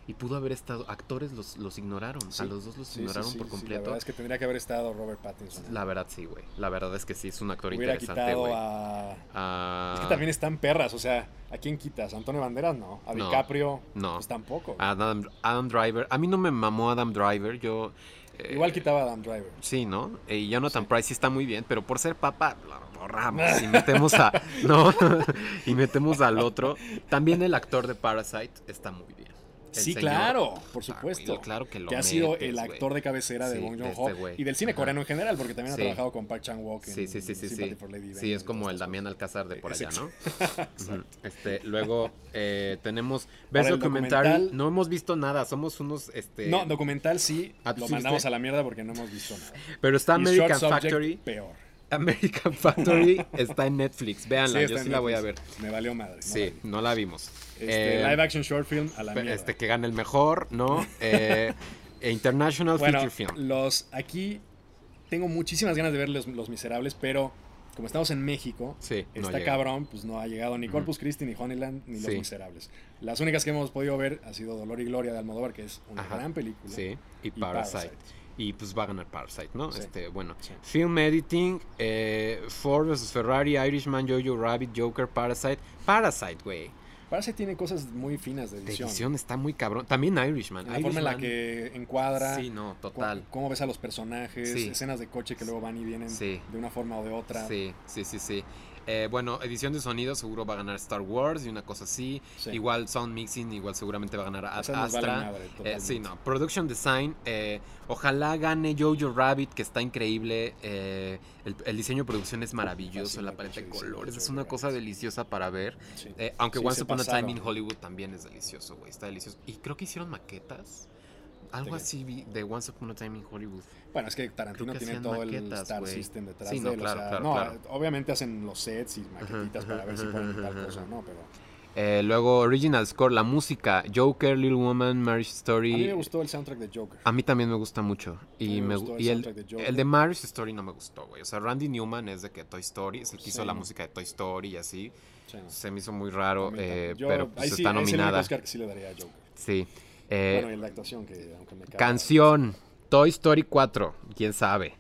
S1: Y pudo haber estado, actores los, los ignoraron,
S2: Sí,
S1: a los dos los
S2: Sí, sí,
S1: ignoraron
S2: sí,
S1: por
S2: sí, la
S1: completo.
S2: verdad es que tendría que haber estado Robert Pattinson. ¿eh?
S1: la verdad sí, güey. La verdad es que sí, es un actor
S2: Hubiera
S1: interesante,
S2: quitado
S1: güey.
S2: a...
S1: Ah,
S2: Es que también están perras, o sea, ¿a quién quitas? ¿A Antonio Banderas? No. ¿A
S1: No.
S2: DiCaprio?
S1: No, Ah,
S2: Pues tampoco. güey.
S1: Adam, Adam Driver. A mí no me mamó Adam Driver, yo... eh,
S2: Igual quitaba a Adam Driver.
S1: Sí, ¿no? Eh, Y Jonathan Price sí está muy bien, pero por ser papa lo borramos y metemos a no y metemos al otro. También el actor de Parasite está muy bien. El
S2: Sí,
S1: señor
S2: claro, por
S1: Park Will,
S2: supuesto.
S1: claro que lo
S2: que ha sido
S1: metes,
S2: el
S1: güey.
S2: actor de cabecera de
S1: Sí,
S2: Bong
S1: de
S2: Joon-ho
S1: este güey.
S2: y del cine
S1: Ajá.
S2: coreano en general, porque también
S1: Sí.
S2: ha trabajado con Park Chan-wook en
S1: Sí, sí, sí, sí,
S2: Sympathy
S1: sí.
S2: for Lady Vengeance
S1: Sí,
S2: y
S1: es como
S2: todas
S1: el
S2: estas
S1: Damián
S2: cosas.
S1: Alcázar de por allá,
S2: Exacto.
S1: ¿no? Ujú. Este, luego eh, tenemos Best
S2: Ahora, el
S1: Documentary.
S2: documental-
S1: No hemos visto nada, somos unos este
S2: No, documental sí,
S1: Ah, ¿tú
S2: lo
S1: sí
S2: mandamos
S1: viste?
S2: a la mierda porque no hemos visto nada.
S1: pero está
S2: Y Short
S1: American
S2: Subject,
S1: Factory.
S2: peor.
S1: American Factory está en Netflix. Véanla,
S2: Sí,
S1: yo
S2: está
S1: sí
S2: en
S1: la voy a ver.
S2: Netflix. Me valió madre. no la
S1: Sí,
S2: vi.
S1: no la vimos.
S2: Este,
S1: Eh,
S2: live action short film a la
S1: Pe-
S2: mierda.
S1: este que gane el mejor, ¿no? Eh, e International
S2: Bueno,
S1: Feature Film.
S2: los aquí tengo muchísimas ganas de ver Los, Los Miserables, pero como estamos en México,
S1: Sí, no
S2: está
S1: llega.
S2: cabrón, pues no ha llegado ni
S1: Ujú.
S2: Corpus Christi, ni Honeyland, ni Los
S1: Sí.
S2: Miserables. Las únicas que hemos podido ver ha sido Dolor y Gloria de Almodóvar, que es una
S1: Ajá.
S2: gran película.
S1: Sí, y
S2: y
S1: Parasite. Y pues va a ganar Parasite, ¿no?
S2: Sí.
S1: Este, bueno.
S2: Sí.
S1: Film Editing, eh, Ford vs. Ferrari, Irishman, Jojo Rabbit, Joker, Parasite. Parasite, güey.
S2: Parece que tiene cosas muy finas de
S1: De
S2: edición.
S1: edición está muy cabrón. También Irishman.
S2: La forma en la
S1: Irishman-
S2: que encuadra.
S1: Sí, no,
S2: cu-
S1: total.
S2: Cómo ves a los personajes,
S1: Sí.
S2: escenas de coche que luego van y vienen
S1: Sí.
S2: de una forma o de otra.
S1: Sí, sí, sí, sí. Eh, bueno, edición de sonido seguro va a ganar Star Wars y una cosa así.
S2: Sí.
S1: Igual sound mixing, igual seguramente va a ganar Ad
S2: Esas nos valen
S1: Astra.
S2: madre,
S1: Eh,
S2: totalmente.
S1: sí, no. Production Design. eh, ojalá gane Jojo Rabbit, que está increíble. eh, el, el diseño de producción es maravilloso.
S2: fascina
S1: La
S2: el
S1: paleta de
S2: pinche diseño de
S1: colores es
S2: Jojo
S1: una
S2: Rabbit.
S1: cosa deliciosa para ver.
S2: Sí.
S1: Eh, aunque
S2: Sí,
S1: Once
S2: se
S1: Upon a
S2: pasaron.
S1: Time in Hollywood también es delicioso, güey. Está delicioso. Y creo que hicieron maquetas. Algo
S2: qué?
S1: así vi de Once Upon a Time in Hollywood.
S2: Bueno, es que Tarantino
S1: Creo que
S2: tiene
S1: hacían
S2: todo el
S1: maquetas,
S2: Star
S1: güey.
S2: System detrás
S1: Sí, no,
S2: de él. o
S1: claro,
S2: sea,
S1: claro,
S2: no,
S1: claro.
S2: obviamente hacen los sets y maquetitas
S1: Ajá,
S2: para ver si
S1: ajá,
S2: ponen tal
S1: ajá,
S2: cosa o
S1: ajá.
S2: no, pero
S1: Eh, luego, Original Score, la música, Joker, Little Woman, Marriage Story.
S2: a mí me gustó el soundtrack de Joker.
S1: A mí también me gusta mucho.
S2: A mí
S1: Ah, Y,
S2: me
S1: me
S2: gustó
S1: gu-
S2: el
S1: y el,
S2: soundtrack de Joker.
S1: el de Marriage Story no me gustó, güey. O sea, Randy Newman es de que Toy Story, es el que hizo
S2: Sí.
S1: la música de Toy Story y así.
S2: Sí, no.
S1: Se me hizo muy raro,
S2: A mí
S1: eh,
S2: tampoco. Yo-
S1: pero pues,
S2: ahí sí,
S1: está
S2: ahí es el único
S1: nominada.
S2: Oscar que sí le daría a Joker.
S1: Sí. Eh,
S2: bueno, y la actuación que aunque me caga,
S1: canción, Toy Story 4, quién sabe.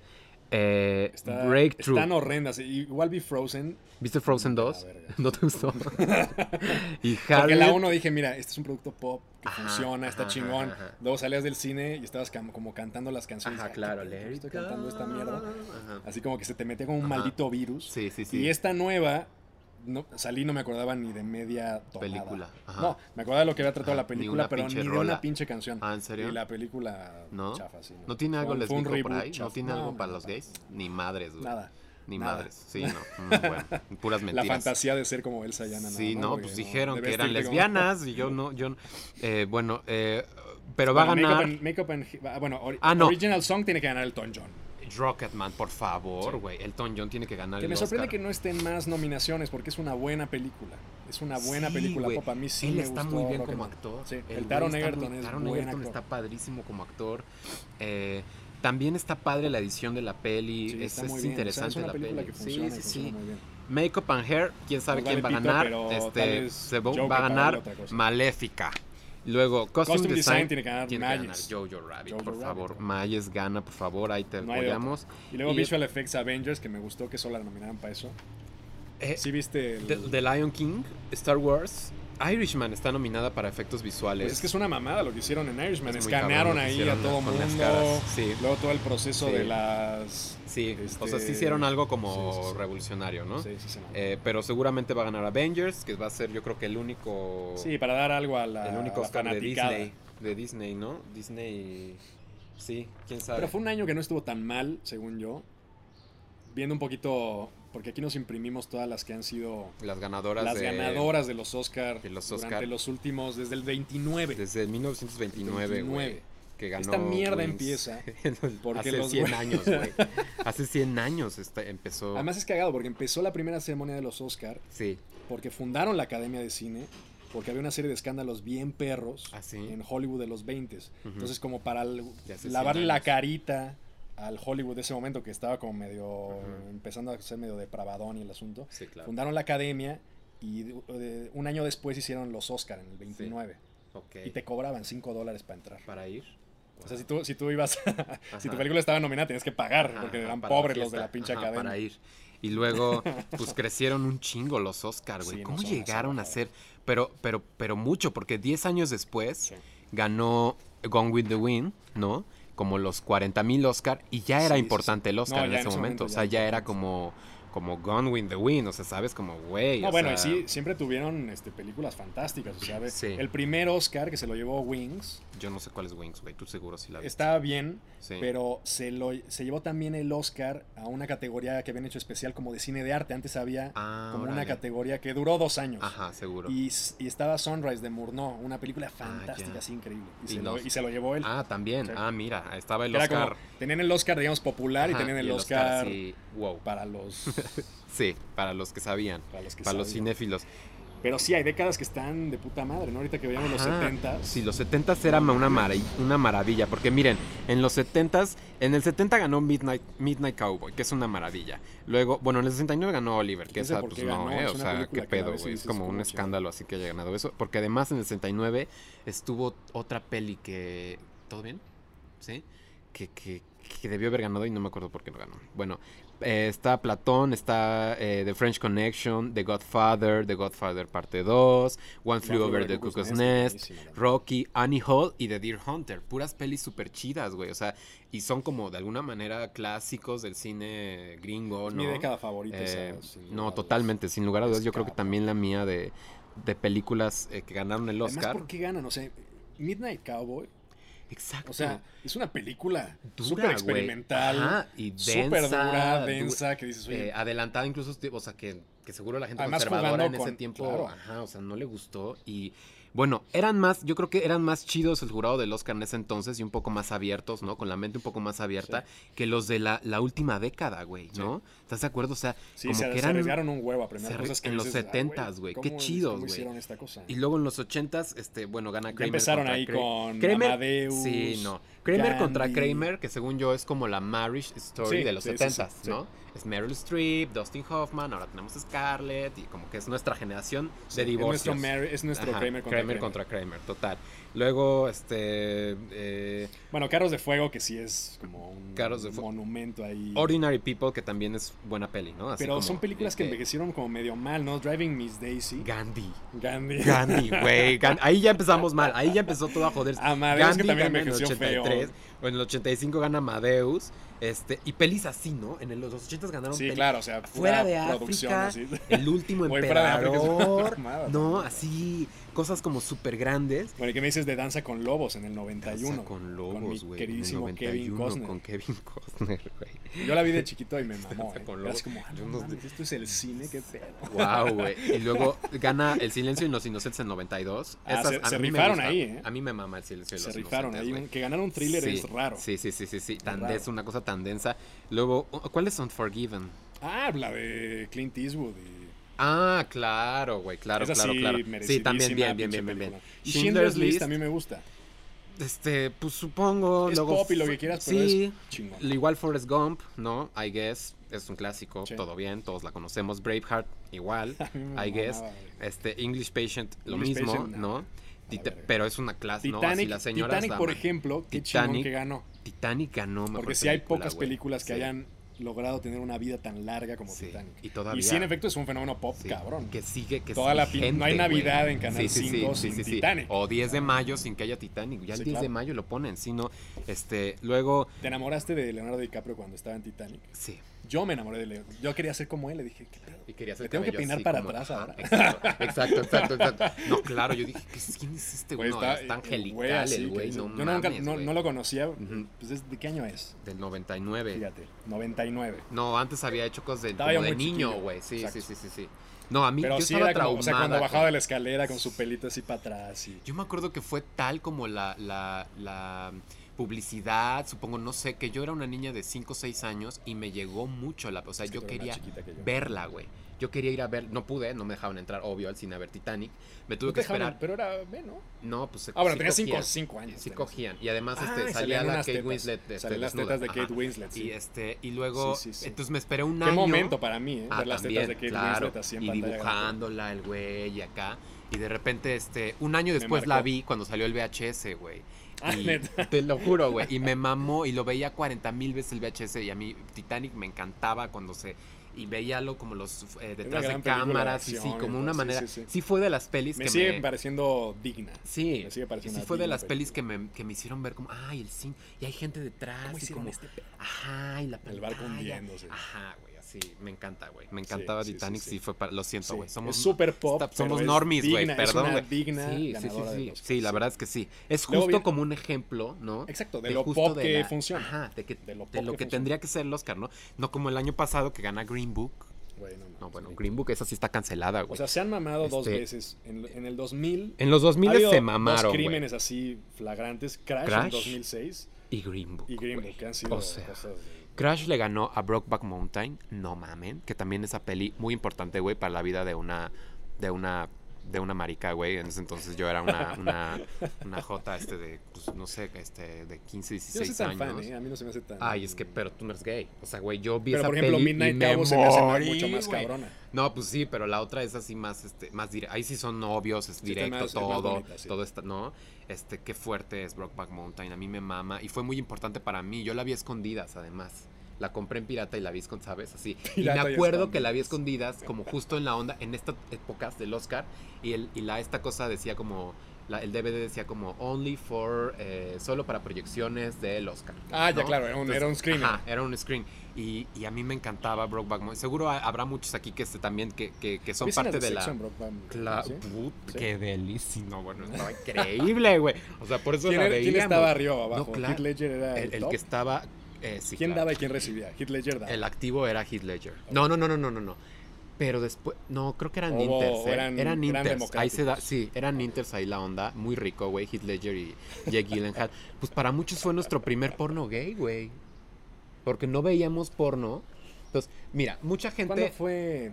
S1: Eh,
S2: Está,
S1: Breakthrough.
S2: Están horrendas. Y- Igual vi Frozen.
S1: ¿Viste Frozen
S2: de la
S1: 2?
S2: verga.
S1: ¿No te gustó? y
S2: Porque la
S1: Harriet,
S2: 1 dije, mira, este es un producto pop que
S1: Ajá,
S2: funciona, está
S1: ajá,
S2: chingón.
S1: ajá, ajá.
S2: Luego salías del cine y estabas cam- como cantando las canciones.
S1: Ajá,
S2: Ah,
S1: claro,
S2: qué pedo,
S1: Let It
S2: Estoy cantando esta
S1: Go.
S2: mierda.
S1: Ajá.
S2: Así como que se te metió como un
S1: Ajá.
S2: maldito virus.
S1: Sí, sí, sí.
S2: Y este esta nueva, no, salí no me acordaba ni de media tomada.
S1: Película, ajá.
S2: No, me acordaba de lo que había tratado
S1: Ajá,
S2: la
S1: ni
S2: película,
S1: una
S2: pero
S1: pinche
S2: ni de
S1: rola.
S2: una pinche canción.
S1: Ah, ¿en serio?
S2: Y la película
S1: ¿No?
S2: chafa, sí.
S1: ¿No tiene algo
S2: Fue un- fue un
S1: lesbico por
S2: reboot
S1: ahí? ¿No
S2: chafa.
S1: tiene algo
S2: no,
S1: para
S2: no,
S1: los
S2: para-
S1: gays? Ni madres, güey.
S2: Nada.
S1: Ni
S2: nada.
S1: madres. Sí, no. Mm, bueno, puras
S2: La
S1: mentiras.
S2: fantasía de ser como Elsa Yana.
S1: Sí, no, pues dijeron que
S2: Debes
S1: eran
S2: irte como-
S1: lesbianas y yo no, yo no- eh, bueno, eh, pero va a
S2: Bueno, Makeup
S1: ganar
S2: and- Makeup and- ah, bueno, ori-
S1: Ah, no.
S2: Original Song tiene que ganar el Tom John.
S1: Rocketman, por favor, güey. Elton John tiene que ganar
S2: Que
S1: el
S2: me sorprende
S1: Oscar.
S2: que no estén más nominaciones porque es una buena película. Es una buena
S1: Sí,
S2: película
S1: güey.
S2: pop. A mí sí
S1: Él
S2: me
S1: está
S2: gustó
S1: muy bien como
S2: Rocketman.
S1: actor.
S2: Sí, el,
S1: güey
S2: Taron
S1: está muy-
S2: Egerton es
S1: Taron
S2: buen
S1: Egerton
S2: actor.
S1: está padrísimo como actor. Eh, también está padre la edición de la peli.
S2: Sí,
S1: es
S2: está
S1: es
S2: muy bien. O sea,
S1: interesante
S2: es una
S1: la
S2: película
S1: peli.
S2: que funciona,
S1: sí, sí,
S2: funciona
S1: sí.
S2: muy bien.
S1: Makeup and Hair, quién sabe
S2: Nos
S1: quién va a
S2: vale pito,
S1: ganar.
S2: Pues pero tal
S1: Este,
S2: vez
S1: se va-
S2: Joker
S1: va a
S2: para
S1: ganar
S2: otra cosa.
S1: Maléfica. Luego, Costume,
S2: Costume
S1: Design,
S2: Design tiene que ganar Mayes.
S1: Jojo Rabbit,
S2: Jojo
S1: por
S2: Rabbit,
S1: favor.
S2: güey.
S1: Mayes gana, por favor, ahí te
S2: No hay de
S1: apoyamos.
S2: Y luego
S1: Y-
S2: Visual Effects Avengers, que me gustó que solo la nominaran para eso.
S1: Eh,
S2: ¿Sí viste? el-
S1: The, The Lion King, Star Wars, Irishman está nominada para efectos visuales.
S2: Pues es que es una mamada lo que hicieron en Irishman.
S1: Es muy cabrón lo
S2: Escanearon
S1: que
S2: ahí a
S1: hicieron
S2: todo
S1: con las
S2: mundo.
S1: caras, sí.
S2: Luego todo el proceso
S1: Sí.
S2: de las.
S1: Sí, o sea, sí
S2: este,
S1: hicieron algo como
S2: sí, sí, sí.
S1: revolucionario, ¿no?
S2: Sí, sí, se mamó.
S1: Eh, pero seguramente va a ganar Avengers, que va a ser yo creo que el único...
S2: Sí, para dar algo a la,
S1: el único
S2: a la
S1: Oscar de
S2: fanaticada.
S1: Disney, de Disney, ¿no? Disney, sí, quién sabe.
S2: Pero fue un año que no estuvo tan mal, según yo. Viendo un poquito, porque aquí nos imprimimos todas las que han sido
S1: Las ganadoras
S2: las
S1: de-
S2: ganadoras de los Oscar
S1: de los
S2: durante
S1: Oscar.
S2: los últimos, desde el 29.
S1: Desde 1929, güey.
S2: 29.
S1: Que ganó
S2: Esta mierda
S1: Wings.
S2: empieza porque
S1: Hace
S2: los
S1: 100
S2: güey-
S1: años, güey. Hace 100 años está- empezó...
S2: Además es cagado porque empezó la primera ceremonia de los Oscar
S1: Sí,
S2: porque fundaron la Academia de Cine, porque había una serie de escándalos bien perros
S1: ¿Ah, sí?
S2: en Hollywood de los 20.
S1: Ujú.
S2: Entonces como para al-
S1: De hace 100
S2: lavarle la
S1: años.
S2: carita al Hollywood de ese momento que estaba como medio
S1: Ujú.
S2: empezando a ser medio depravadón y el asunto.
S1: sí, claro.
S2: Fundaron la academia y de- de- un año después hicieron los Oscar en el 29
S1: Ok.
S2: y te cobraban 5 dólares para entrar.
S1: para ir.
S2: O sea, si tú, si tú ibas, a- si tu
S1: Ajá.
S2: película estaba nominada, tenías que pagar
S1: Ajá,
S2: porque
S1: ajá,
S2: eran
S1: para la
S2: pobres los de
S1: fiesta.
S2: la pinche
S1: Ajá,
S2: academia.
S1: Para ir. Y luego, pues crecieron un chingo los Oscar, güey.
S2: Sí, no
S1: ¿Cómo
S2: son una
S1: llegaron a
S2: salvajada.
S1: ser? Pero, pero, pero mucho, porque 10 años después
S2: Sí.
S1: ganó Gone with the Wind, ¿no? Como los 40 mil Oscar, y ya era
S2: Sí, sí,
S1: importante el Oscar
S2: No,
S1: en
S2: ya
S1: ese momento. O sea,
S2: ya
S1: ya
S2: era
S1: era como, como Gone with the Wind, o sea, sabes, como, güey.
S2: No,
S1: o
S2: bueno,
S1: sea,
S2: y sí, siempre tuvieron este, películas fantásticas, o sea, ve-
S1: Sí.
S2: El primer Oscar que se lo llevó Wings
S1: Yo no sé cuál es Wings, güey, tú seguro sí la viste.
S2: estaba bien,
S1: Sí.
S2: pero se, lo, se llevó también el Oscar a una categoría que habían hecho especial como de cine de arte. Antes había
S1: Ah,
S2: como una
S1: órale.
S2: categoría que duró dos años.
S1: Ajá, seguro.
S2: Y, s- y estaba Sunrise de Murnau, una película
S1: Ah,
S2: fantástica,
S1: ya.
S2: así increíble. Y,
S1: Y
S2: se,
S1: no-
S2: lo, y se lo llevó él.
S1: Ah, también.
S2: Sí.
S1: Ah, mira, estaba el
S2: Era como-
S1: Oscar.
S2: tenían el Oscar, digamos, popular y
S1: Ajá,
S2: tenían el,
S1: y
S2: Oscar,
S1: así, wow.
S2: para los
S1: Sí, para los que sabían.
S2: para los que
S1: para los
S2: sabían.
S1: cinéfilos.
S2: Pero sí, hay décadas que están de puta madre, ¿no? Ahorita que veíamos los
S1: Ajá.
S2: 70.
S1: Sí, los 70 era ma- una, mara- una maravilla. Porque miren, en los 70 en el 70 ganó Midnight, Midnight Cowboy, que es una maravilla. Luego, bueno, en el 69 ganó Oliver, que
S2: ¿Quién sabe
S1: esa,
S2: por
S1: pues
S2: qué
S1: no,
S2: ganó?
S1: eh,
S2: Es
S1: o
S2: una
S1: sea,
S2: película
S1: qué
S2: que "Ah". a
S1: pedo,
S2: veces
S1: güey. Es
S2: dices,
S1: como un
S2: ¿cómo
S1: escándalo así que haya ganado eso. Porque además en el 69 estuvo otra peli que. ¿Todo bien? ¿Sí? que, que, que debió haber ganado y no me acuerdo por qué no ganó. Bueno, eh, está Platón, está eh, The French Connection, The Godfather, The Godfather Parte 2, One Flew Over the Cuckoo's Nest, Rocky, Annie Hall y The Deer Hunter. Puras pelis súper chidas, güey. O sea, y son como de alguna manera clásicos del cine gringo, ¿no?
S2: Mi década favorita.
S1: Eh,
S2: esa, sin lugar a
S1: no,
S2: dudas.
S1: totalmente, sin lugar a dudas. Yo creo que
S2: Descarado.
S1: también la mía de, de películas eh, que ganaron el
S2: Además,
S1: Oscar.
S2: ¿por qué ganan? O sea, Midnight Cowboy.
S1: Exacto.
S2: O sea, es una película
S1: Dura,
S2: súper
S1: güey.
S2: experimental,
S1: Ajá, y
S2: súper
S1: densa,
S2: dura,
S1: du-
S2: densa, que dices, oye,
S1: eh, adelantada incluso, este- o sea, que, que seguro la gente
S2: Además,
S1: conservadora en
S2: jugando
S1: ese
S2: con-
S1: tiempo,
S2: claro.
S1: ajá, o sea, no le gustó y bueno, eran más, yo creo que eran más chidos el jurado del Oscar en ese entonces y un poco más abiertos, ¿no? Con la mente un poco más abierta que los de la, la última década, güey,
S2: Sí.
S1: ¿no? ¿Estás de acuerdo? O sea,
S2: sí,
S1: como
S2: se,
S1: que
S2: se
S1: eran-
S2: arriesgaron un huevo
S1: se
S2: a aprender
S1: arri-
S2: cosas que
S1: en los
S2: dices, "Ah,
S1: 70s, güey, qué
S2: ¿cómo-
S1: chidos,
S2: cómo
S1: güey?"
S2: hicieron esta cosa?
S1: y luego en los ochentas, este, bueno, gana
S2: Ya
S1: Kramer.
S2: empezaron
S1: contra
S2: ahí
S1: Kramer.
S2: con
S1: Kramer,
S2: Amadeus.
S1: Sí, no. Kramer contra
S2: Gandhi.
S1: Kramer, que según yo es como la marriage story
S2: Sí,
S1: de los
S2: sí, sí,
S1: 70s,
S2: sí, sí.
S1: ¿no? Es Meryl Streep, Dustin Hoffman, ahora tenemos Scarlett, y como que es nuestra generación
S2: Sí,
S1: de divorcios.
S2: Es nuestro, Mary- es nuestro
S1: Ajá,
S2: Kramer contra Kramer.
S1: contra Kramer, total. Luego, este. eh,
S2: Bueno, Carros de Fuego, que sí es como un
S1: Carros de Fuego.
S2: monumento ahí.
S1: Ordinary People, que también es buena peli, ¿no? Así
S2: Pero
S1: como
S2: son películas
S1: de
S2: que envejecieron como medio mal, ¿no? Driving Miss Daisy.
S1: Gandhi.
S2: Gandhi.
S1: Gandhi, güey. Gan- Ahí ya empezamos mal. Ahí ya empezó todo a joderse.
S2: Amadeus, Ah, que también
S1: gana en el
S2: envejeció feo.
S1: 83, o en el 85 gana Amadeus. Este, y pelis así, ¿no? En el- los 80 ganaron
S2: Sí,
S1: pelis.
S2: claro, o sea,
S1: Fuera
S2: pura
S1: de
S2: producción
S1: África,
S2: así.
S1: El último
S2: Güey, fuera de África es una
S1: emperador.
S2: mamada,
S1: No,
S2: también.
S1: así. Cosas como súper grandes.
S2: Bueno, ¿y qué me dices de Danza con Lobos en el 91?
S1: Danza con lobos,
S2: mi
S1: güey. en el
S2: queridísimo Kevin
S1: 91
S2: Costner.
S1: con Kevin Costner, güey.
S2: Yo la vi de chiquito y me mamó.
S1: Danza
S2: eh.
S1: con
S2: Era
S1: Lobos.
S2: así como, ah,
S1: Yo
S2: no
S1: no-
S2: mames, esto es el cine, qué pedo.
S1: Wow, güey. Y luego gana El Silencio y los Inocentes en 92.
S2: Ah, se- se
S1: mí me
S2: rifaron
S1: gusta.
S2: ahí, ¿eh?
S1: A mí me mama El Silencio y
S2: Se
S1: los
S2: rifaron
S1: Inocentes,
S2: ahí.
S1: güey.
S2: un- Que ganaron un thriller
S1: Sí,
S2: es raro.
S1: Sí, sí, sí, sí, sí. Tan
S2: Raro.
S1: densa, una cosa tan densa. Luego, ¿cuál es Unforgiven?
S2: Ah, la de Clint Eastwood. y-
S1: Ah, claro, güey, claro,
S2: Esa
S1: claro,
S2: sí,
S1: claro. Sí,
S2: merecidísima
S1: también bien, bien,
S2: pinche
S1: bien, bien, bien.
S2: película. Y Schindler's List
S1: también.
S2: también me gusta.
S1: Este, pues supongo.
S2: Es
S1: luego,
S2: pop y lo que quieras, pero
S1: sí,
S2: es chingón.
S1: Igual Forrest Gump, ¿no? I guess. Es un clásico,
S2: Sí.
S1: todo bien, todos la conocemos. Braveheart, igual.
S2: A mí me
S1: I guess.
S2: mamaba, güey.
S1: Este, English Patient, lo
S2: English
S1: mismo,
S2: Patient, no.
S1: ¿no? Tite-
S2: verga.
S1: pero es una clase, ¿no? Así
S2: Titanic,
S1: las señoras
S2: Titanic
S1: la
S2: por
S1: aman.
S2: ejemplo, qué
S1: Titanic,
S2: chingón que ganó.
S1: Titanic ganó, mejor
S2: Porque sí hay
S1: película,
S2: pocas
S1: güey.
S2: películas que
S1: Sí.
S2: hayan logrado tener una vida tan larga como
S1: Sí,
S2: Titanic.
S1: y todavía-
S2: Y sí, en efecto, es un fenómeno pop,
S1: Sí,
S2: cabrón.
S1: Que sigue, que
S2: Toda
S1: es
S2: la pin-
S1: vigente,
S2: no hay
S1: güey.
S2: Navidad en Canal 5 sin Titanic.
S1: O 10 de mayo sin que haya Titanic. Ya el
S2: Sí,
S1: 10 de
S2: claro.
S1: mayo lo ponen, si no, este, luego,
S2: ¿Te enamoraste de Leonardo DiCaprio cuando estaba en Titanic?
S1: sí.
S2: Yo me enamoré de Leonardo. Yo quería ser como él, le dije, ¿qué pedo?
S1: Y quería hacer
S2: Me tengo que
S1: cabello
S2: peinar
S1: así
S2: para
S1: como-
S2: atrás
S1: Ajá,
S2: ahora.
S1: Exacto, exacto, exacto, exacto. No, claro, yo dije, ¿qué- ¿quién es este güey?
S2: Güey,
S1: No,
S2: está-
S1: está
S2: güey,
S1: angelical
S2: así
S1: el
S2: que
S1: güey,
S2: dices,
S1: no
S2: Yo nunca,
S1: mames,
S2: no,
S1: güey.
S2: no lo conocía.
S1: Ujú.
S2: Pues, ¿es- ¿De qué año es?
S1: Del 99.
S2: Fíjate, 99.
S1: No, antes había hecho cosas de,
S2: Estaba
S1: como
S2: yo
S1: de
S2: muy
S1: niño,
S2: chiquillo.
S1: güey. Sí, sí,
S2: Exacto.
S1: sí, sí, sí. No, a mí
S2: Pero
S1: yo
S2: sí
S1: estaba
S2: era como, o sea, cuando
S1: traumada
S2: bajaba
S1: con-
S2: de la escalera con su pelito así para atrás. Y...
S1: Yo me acuerdo que fue tal como la, la, la publicidad, supongo, no sé, que yo era una niña de 5 o 6 años y me llegó mucho la... O sea,
S2: Es que
S1: yo
S2: tú eras más
S1: quería
S2: chiquita que yo.
S1: verla, güey. Yo quería ir a ver, no pude, no me dejaban entrar, obvio, al cine a ver Titanic. Me tuve
S2: No
S1: que
S2: te dejaban,
S1: esperar.
S2: Pero era B, ¿no?
S1: No, pues se
S2: Ah, bueno,
S1: sí
S2: tenía
S1: cogían,
S2: 5 años.
S1: Sí
S2: tenías.
S1: cogían. Y además
S2: Ah, y
S1: este, salía
S2: salían
S1: la
S2: unas
S1: Kate
S2: tetas.
S1: Winslet. este,
S2: Salían las
S1: desnuda,
S2: tetas de
S1: ajá.
S2: Kate Winslet. sí.
S1: Y, este, y luego,
S2: Sí, sí, sí.
S1: entonces me esperé un
S2: Qué
S1: año.
S2: momento para mí, ¿eh?
S1: Ah,
S2: ver las
S1: también,
S2: tetas de Kate
S1: claro.
S2: Winslet así en
S1: y
S2: pantalla.
S1: dibujándola el güey y acá. Y de repente, este, un año después la
S2: marcó.
S1: vi cuando salió el VHS, güey.
S2: Ah,
S1: Y
S2: neta.
S1: te lo juro, güey. Y me mamó y lo veía 40 mil veces el VHS. Y a mí Titanic me encantaba cuando se. Y veía lo como los eh, detrás de
S2: gran película de
S1: cámaras. Y sí,
S2: acción y
S1: como
S2: todo,
S1: una
S2: sí,
S1: manera. Sí,
S2: sí, sí.
S1: fue de las pelis
S2: Me
S1: que
S2: sigue
S1: me.
S2: pareciendo digna.
S1: Sí,
S2: me sigue
S1: y
S2: pareciendo
S1: sí fue de
S2: digna
S1: las pelis que
S2: película.
S1: me, que me hicieron ver como, ay, el cine, y hay gente detrás,
S2: ¿Cómo
S1: y
S2: hicieron
S1: como,
S2: este pedo?
S1: ajá, y la pantalla.
S2: El barco hundiéndose.
S1: Ajá, güey, así, me encanta, güey, me encantaba
S2: sí, sí,
S1: Titanic, sí,
S2: sí.
S1: fue para, lo siento,
S2: Sí,
S1: güey, somos...
S2: es super pop.
S1: está-
S2: pero
S1: somos
S2: es
S1: normies, güey,
S2: digna, es
S1: perdón,
S2: una
S1: güey.
S2: digna
S1: sí, sí, sí,
S2: ganadora de
S1: sí,
S2: los
S1: sí, la
S2: Oscars.
S1: verdad es que sí, es
S2: Luego
S1: justo
S2: viene-
S1: como un ejemplo, ¿no?
S2: Exacto, de
S1: De
S2: lo
S1: justo
S2: pop
S1: de
S2: que
S1: la-
S2: funciona.
S1: Ajá, de, que, de
S2: De
S1: lo,
S2: lo pop
S1: que,
S2: que funciona.
S1: tendría que ser el Oscar, ¿no? No como el año pasado que gana Green Book.
S2: Güey, no, mames,
S1: No, bueno,
S2: sí.
S1: Green Book esa sí está cancelada, güey.
S2: O sea, se han mamado dos
S1: Este-
S2: veces. En, en el 2000.
S1: en los
S2: ha
S1: 2000
S2: habido
S1: se mamaron,
S2: Dos
S1: güey.
S2: crímenes así flagrantes. Crash,
S1: Crash
S2: en 2006
S1: Y Green Book.
S2: y Green
S1: güey.
S2: Book, que han sido
S1: O sea,
S2: cosas de-
S1: Crash le ganó a Brokeback Mountain, no mamen, que también esa peli muy importante, güey, para la vida de una de una de una marica, güey. En ese entonces yo era una, una, una jota, este, de, pues, no sé, este, de 15,
S2: Yo no
S1: 16
S2: soy tan
S1: años.
S2: fan, ¿eh? A mí no se me hace tan.
S1: Ay, es que, pero tú no eres gay. O sea, güey, yo vi
S2: Pero
S1: esa
S2: por ejemplo,
S1: peli y
S2: Midnight
S1: me
S2: Cowboy se me hace más-
S1: morí,
S2: mucho más
S1: güey.
S2: cabrona.
S1: No, pues sí, pero la otra es así más, este, más directa. Ahí sí son novios, es
S2: Sí, está
S1: directo
S2: más- es más
S1: todo,
S2: bonita, sí.
S1: todo está, ¿no? Este, qué fuerte es Brokeback Mountain, a mí me mama y fue muy importante para mí. Yo la vi a escondidas, además. La compré en pirata y la vi con, ¿sabes? Así.
S2: Pirata
S1: y
S2: y
S1: me acuerdo que
S2: escondidas.
S1: la vi a escondidas, como justo en la onda, en estas épocas del Oscar y el y la esta cosa decía como la- el DVD decía como only for eh, solo para proyecciones del Oscar.
S2: Ah, ya,
S1: ¿no?
S2: claro, era un,
S1: Entonces,
S2: era un screener.
S1: Ajá, era un screen. Y, y a mí me encantaba Brokeback Mountain. Seguro ha- habrá muchos aquí que este también que, que, que son
S2: ¿Viste
S1: parte de
S2: Sex
S1: la.
S2: and Brokeback Mountain?
S1: Cla- pues,
S2: ¿Sí?
S1: Put,
S2: Sí.
S1: Qué delicia. No, bueno, estaba increíble, güey. O sea, por eso
S2: ¿Quién,
S1: la
S2: era- quién
S1: veíamos.
S2: estaba arriba o abajo?
S1: No, claro.
S2: Heath Ledger era el,
S1: El, el
S2: top?
S1: que estaba. eh, sí,
S2: ¿Quién
S1: claro.
S2: daba y quién recibía? Heath Ledger daba.
S1: El activo era Heath Ledger. No, no, no, no, no, no, no. Pero después, no, creo que eran
S2: O-
S1: Inters.
S2: o
S1: eh.
S2: eran-
S1: Eran,
S2: eran
S1: Inters. Ahí se da,
S2: democráticos.
S1: sí, eran Inters ahí la onda. Muy rico, güey. Heath Ledger y Jake Gyllenhaal. Pues para muchos fue nuestro primer porno gay, güey. Porque no veíamos porno. Entonces, mira, mucha
S2: ¿Cuándo
S1: gente.
S2: fue?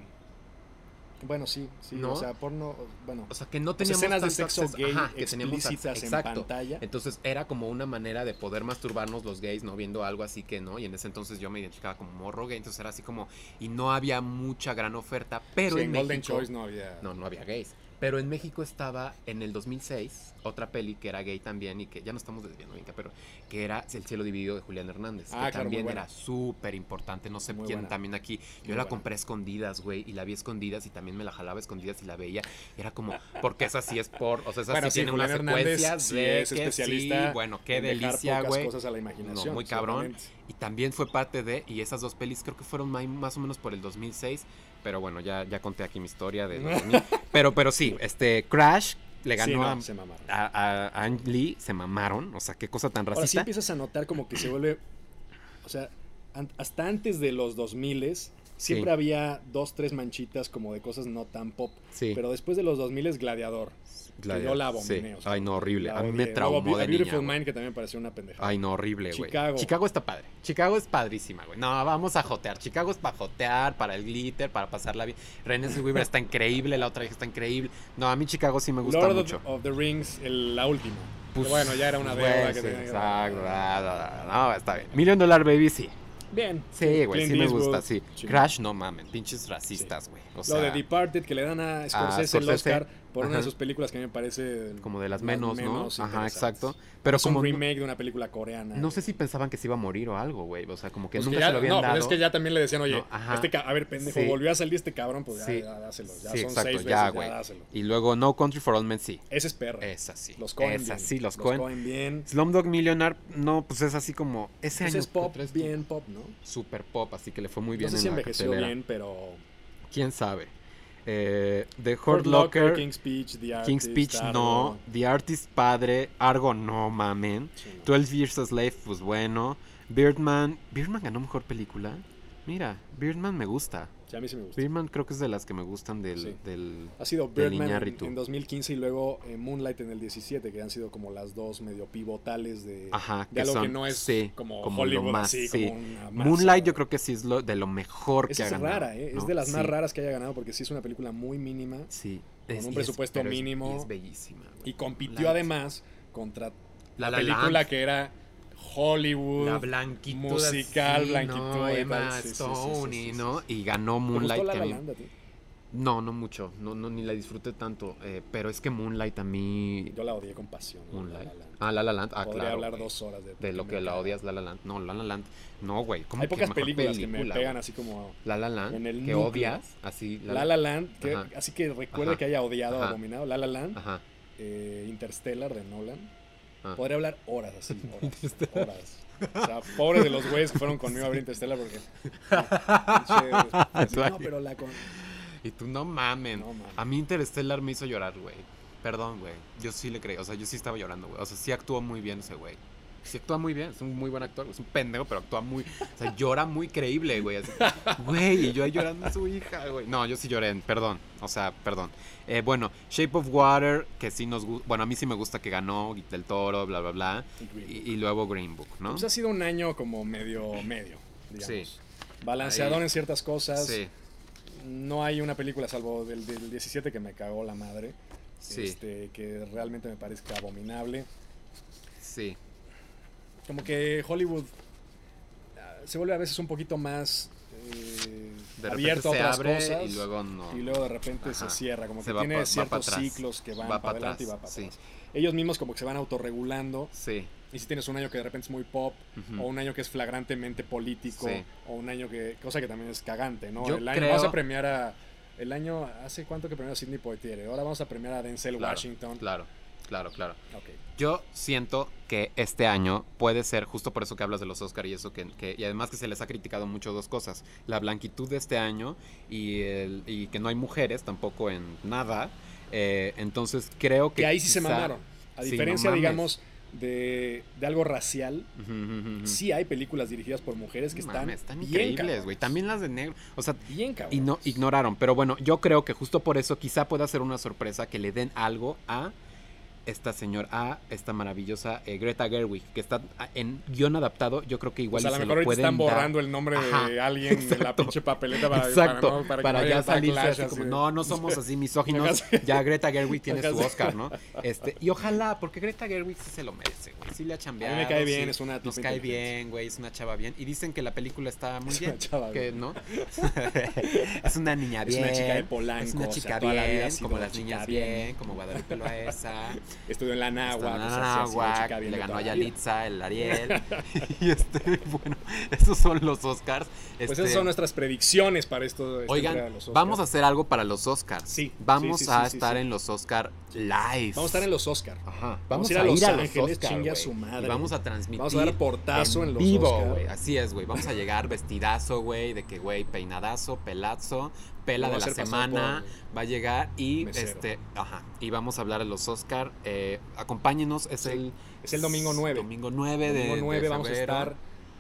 S2: Bueno, sí, sí,
S1: ¿No?
S2: o sea, porno, bueno,
S1: O sea, que no
S2: pues,
S1: teníamos
S2: escenas de
S1: tanto
S2: sexo
S1: acceso-
S2: gay
S1: ajá, que teníamos
S2: explícitas
S1: acce-
S2: en
S1: exacto.
S2: pantalla.
S1: Entonces era como una manera de poder masturbarnos los gays, ¿no? Viendo algo así que no. Y en ese entonces yo me identificaba como morro gay. Entonces era así como. Y no había mucha gran oferta. Pero
S2: Sí,
S1: en,
S2: en Golden
S1: México-
S2: Choice no había.
S1: No, no había gays. Pero en México estaba en el 2006 otra peli que era gay también y que ya no estamos desviando, Inca, pero que era El cielo dividido de Julián Hernández.
S2: Ah,
S1: que
S2: claro, muy
S1: también
S2: buena.
S1: era súper importante. No sé
S2: Muy
S1: quién
S2: buena.
S1: también aquí. Yo
S2: Muy
S1: la
S2: buena.
S1: compré a escondidas, güey, y la vi a escondidas y también me la jalaba a escondidas y la veía. Y era como, porque esa sí es por. O sea, esa
S2: Bueno,
S1: sí
S2: sí,
S1: tiene una
S2: Julián Hernández
S1: secuencia
S2: sí
S1: de
S2: es
S1: que sí,
S2: especialista
S1: bueno, qué
S2: en dejar
S1: delicia,
S2: pocas
S1: güey.
S2: cosas a la imaginación.
S1: muy cabrón.
S2: seguramente.
S1: Y también fue parte de, y esas dos pelis creo que fueron ma- más o menos por el 2006, pero bueno, ya, ya conté aquí mi historia de... los 2000. pero, pero sí, este Crash le
S2: Sí,
S1: ganó
S2: no,
S1: a-
S2: se mamaron.
S1: a, a Ang Lee, se mamaron, o sea, qué cosa tan
S2: Ahora sí
S1: racista.
S2: empiezas a notar como que se vuelve, o sea, an- hasta antes de los 2000 siempre
S1: Sí.
S2: había dos, tres manchitas como de cosas no tan pop.
S1: Sí.
S2: Pero después de los 2000 es Gladiador.
S1: Gladiador,
S2: que yo la abominé,
S1: sí.
S2: o sea,
S1: Ay, no, horrible.
S2: La
S1: A mí
S2: odié.
S1: me
S2: Luego
S1: traumó
S2: Be- A
S1: de
S2: Beautiful
S1: niña, güey.
S2: Mind que también me pareció una pendejada.
S1: Ay, no, horrible, güey.
S2: Chicago.
S1: Chicago está padre. Chicago es padrísima, güey. No, vamos a jotear. Chicago es para jotear, para el glitter, para pasarla bien. René Weaver está increíble, la otra vieja está increíble. No, a mí Chicago sí me gusta
S2: Lord
S1: mucho.
S2: of, of the Rings, el- la última. Que
S1: Pues,
S2: bueno, ya era una
S1: güey,
S2: deuda que
S1: sí,
S2: tenía que-
S1: Exacto. da, da, da, No, está bien. Million Dollar Baby, sí.
S2: Bien.
S1: Sí, güey,
S2: Clint
S1: sí me
S2: Eastwood,
S1: gusta, sí.
S2: chingón.
S1: Crash, no mames, pinches racistas, güey. O sea,
S2: Lo de Departed que le dan a Scorsese, el
S1: Scorsese,
S2: Oscar por una de
S1: ajá.
S2: sus películas que a mí me parece
S1: como de las menos, ¿no? Ajá,
S2: interesantes.
S1: exacto. Pero
S2: es
S1: como.
S2: un
S1: no-
S2: remake de una película coreana.
S1: No sé
S2: güey.
S1: si pensaban que se iba a morir o algo, güey. O sea, como que
S2: Pues
S1: nunca
S2: ya-
S1: se lo habían
S2: no,
S1: dado.
S2: pero es que ya también le decían, oye,
S1: No, ajá.
S2: este ca- a ver, pendejo,
S1: Sí.
S2: volvió a salir este cabrón, pues ya,
S1: Sí.
S2: ya dáselo. Ya
S1: Sí,
S2: son
S1: exacto,
S2: seis veces,
S1: ya,
S2: ya,
S1: güey.
S2: dáselo.
S1: Y luego No Country for All Men, sí.
S2: Ese es perro.
S1: Es así.
S2: Los Coen.
S1: Es
S2: bien.
S1: así, los
S2: Coen.
S1: Cohen.
S2: bien.
S1: Slumdog Millionaire, no, pues es así como. Ese
S2: Ese
S1: año.
S2: es pop,
S1: tres-
S2: bien pop, ¿no?
S1: Super pop, así que le fue muy
S2: No
S1: bien
S2: sé
S1: en
S2: si
S1: la
S2: envejeció
S1: cartelera.
S2: bien, pero...
S1: ¿Quién sabe? Eh, The Hurt
S2: Hurt Locker,
S1: Locker,
S2: King's Speech, The Artist,
S1: King's Speech,
S2: Argo.
S1: no. The Artist, padre. Argo, no, mamen.
S2: Sí, no.
S1: 12 Years a Slave, pues bueno. Birdman. ¿Birdman ganó mejor película? Mira, Birdman me gusta.
S2: Sí, a mí sí me gusta.
S1: Birdman creo que es de las que me gustan del...
S2: Sí.
S1: del-
S2: Ha sido
S1: Del
S2: Birdman en,
S1: Iñárritu.
S2: en 2015 y luego eh, Moonlight en el 17, que han sido como las dos medio pivotales de,
S1: Ajá,
S2: de
S1: Ah, que
S2: algo
S1: son...
S2: que no es
S1: sí,
S2: como,
S1: como
S2: Hollywood,
S1: lo más,
S2: así,
S1: sí.
S2: como una masa.
S1: Moonlight yo creo que sí es lo, de lo mejor
S2: Esa
S1: que ha
S2: es
S1: ganado.
S2: rara, ¿eh? es
S1: ¿no?
S2: de las más
S1: Sí,
S2: raras que haya ganado porque sí es una película muy mínima
S1: Sí.
S2: con un
S1: y
S2: presupuesto
S1: pero y
S2: mínimo.
S1: es bellísima. güey.
S2: y compitió
S1: La-
S2: además contra
S1: La,
S2: la,
S1: La
S2: película
S1: Land.
S2: que era Hollywood.
S1: La blanquituda.
S2: musical,
S1: sí,
S2: blanquituda y
S1: No,
S2: tal,
S1: Emma
S2: sí, sí, sí,
S1: Stone,
S2: sí, sí,
S1: y,
S2: sí,
S1: ¿no?
S2: sí.
S1: Y ganó
S2: ¿Te gustó
S1: Moonlight.
S2: La
S1: que
S2: La
S1: a mí-
S2: Land a ti?
S1: No, no mucho. No, no, ni la disfruté tanto. eh, pero es que Moonlight a mí.
S2: Yo la odié con pasión. La La
S1: Moonlight.
S2: Land.
S1: Ah, La La Land. Ah,
S2: Podría
S1: claro.
S2: hablar
S1: güey.
S2: dos horas de,
S1: De lo
S2: me
S1: que la
S2: caga.
S1: odias, La La Land. No, La La Land. No, güey. ¿cómo
S2: Hay
S1: que
S2: pocas
S1: mejor
S2: películas que me
S1: película,
S2: pegan
S1: güey?
S2: así como
S1: La La Land.
S2: en el
S1: que
S2: núcleo.
S1: odias. Así.
S2: La La Land, que-
S1: Ajá.
S2: así que recuerde
S1: Ajá.
S2: que haya odiado o
S1: Ajá.
S2: abominado. La La Land,
S1: Ajá.
S2: eh, Interstellar de Nolan.
S1: Ah.
S2: Podría hablar horas así, horas, horas. O sea, pobres de los güeyes que fueron conmigo a ver Interstellar porque... No, pinche- no, pero la con...
S1: Y tú no mamen.
S2: No, mames.
S1: A mí Interstellar me hizo llorar, güey. Perdón, güey. Yo sí le creí. O sea, yo sí estaba llorando, güey. O sea, sí actuó muy bien ese güey. Sí actúa muy bien. Es un muy buen actor. güey. Es un pendejo, pero actúa muy... O sea, llora muy creíble, güey. Así, Güey, y yo ahí llorando a su hija, güey. No, yo sí lloré. Perdón. O sea, perdón. Eh, bueno, Shape of Water, que sí nos gusta... Bueno, a mí sí me gusta que ganó del Toro, bla, bla, bla. Y, y luego Green Book, ¿no?
S2: Pues ha sido un año como medio, medio, digamos.
S1: Sí.
S2: Balanceador
S1: Ahí-
S2: en ciertas cosas.
S1: Sí.
S2: No hay una película, salvo del, del 17 que me cagó la madre.
S1: Sí.
S2: este, que realmente me parezca abominable.
S1: Sí.
S2: Como que Hollywood ah, se vuelve a veces un poquito más eh,
S1: De repente
S2: abierto a
S1: se
S2: otras
S1: abre
S2: cosas.
S1: y luego no.
S2: y luego de repente
S1: Ajá.
S2: se cierra, como
S1: Se
S2: que
S1: va
S2: tiene
S1: pa- va pa'
S2: ciertos
S1: atrás.
S2: ciclos que van
S1: Va
S2: para
S1: pa'
S2: adelante y
S1: atrás,
S2: va para
S1: sí.
S2: atrás. Ellos mismos como que se van autorregulando
S1: Sí.
S2: y si tienes un año que de repente es muy pop
S1: ujú.
S2: o un año que es flagrantemente político
S1: Sí.
S2: o un año que cosa que también es cagante, ¿no?
S1: Yo
S2: el año
S1: creo-
S2: vamos a premiar a el año hace cuánto que premió a Sidney Poitier, ahora vamos a premiar a Denzel
S1: Claro,
S2: Washington.
S1: Claro, claro, claro.
S2: Ok.
S1: Yo siento que este año puede ser, justo por eso que hablas de los Oscar y eso, que, que- y además que se les ha criticado mucho dos cosas, la blanquitud de este año y, el- y que no hay mujeres tampoco en nada. Eh, entonces creo que...
S2: Que ahí sí se
S1: quizá-
S2: mandaron. A
S1: Sí, no
S2: diferencia,
S1: mames.
S2: digamos, de, de algo racial,
S1: Ujú, ujú, ujú.
S2: sí hay películas dirigidas por mujeres que
S1: No
S2: están,
S1: mames, están
S2: bien
S1: increíbles,
S2: cabronas.
S1: güey. También las de negro. O sea,
S2: Bien cabrón.
S1: y no, ignoraron. Pero bueno, yo creo que justo por eso quizá pueda ser una sorpresa que le den algo a esta señora, a esta maravillosa eh, Greta Gerwig, que está ah, en guión adaptado. Yo creo que igual
S2: Pues a
S1: y
S2: lo
S1: se
S2: mejor
S1: lo
S2: ahorita
S1: pueden
S2: están
S1: dar.
S2: borrando el nombre de
S1: Ajá,
S2: alguien en la
S1: exacto.
S2: pinche papeleta para,
S1: Exacto,
S2: para, no- para
S1: para,
S2: que no haya
S1: ya salirse
S2: backlash,
S1: así
S2: así
S1: como,
S2: de-
S1: no, no somos así misóginos, ya Greta Gerwig tiene su
S2: Ajá.
S1: Oscar, ¿no? Este, y ojalá, porque Greta Gerwig sí se lo merece, güey, sí le ha
S2: A
S1: chambeado.
S2: mí me cae bien,
S1: sí
S2: es una
S1: nos
S2: tipa
S1: cae
S2: inteligente.
S1: bien, güey, es una chava bien. Y dicen que la película está muy
S2: Es una
S1: bien.
S2: chava
S1: que,
S2: bien.
S1: ¿no? es una niña
S2: Es
S1: bien.
S2: una chica de Polanco.
S1: es una
S2: o sea,
S1: chica
S2: toda la vida ha
S1: bien,
S2: sido
S1: como
S2: una
S1: las
S2: chica
S1: niñas bien, como Guadalupe pues, Loaesa,
S2: Estudió en la Nahua.
S1: Nahuac, le ganó a Yalitza, el Ariel. y este, bueno, esos son los Oscars.
S2: Pues
S1: Este,
S2: esas son nuestras predicciones para esto. esta entrega de
S1: Oigan,
S2: los Oscars.
S1: vamos a hacer algo para los Oscars.
S2: Sí,
S1: Vamos
S2: sí, sí,
S1: a
S2: sí, sí,
S1: estar
S2: sí.
S1: en los Oscar Live.
S2: Vamos a estar en los Oscar.
S1: Ajá. Vamos,
S2: Vamos
S1: a ir a Los Ángeles,
S2: chingue a
S1: güey.
S2: su madre.
S1: Y vamos a transmitir.
S2: Vamos a dar portazo en, los
S1: vivo,
S2: Oscar.
S1: güey. Así es, güey. Vamos a llegar vestidazo, güey, de que, güey, peinadazo, pelazo, pela
S2: Lo
S1: de
S2: voy a
S1: la
S2: hacer pasar
S1: semana. Va a llegar y
S2: Mesero.
S1: este, ajá, y vamos a hablar de los Oscar. Eh, acompáñenos, es
S2: Sí.
S1: el
S2: por- Es el domingo 9.
S1: Domingo 9 de
S2: domingo 9
S1: de
S2: vamos a
S1: febrero,
S2: estar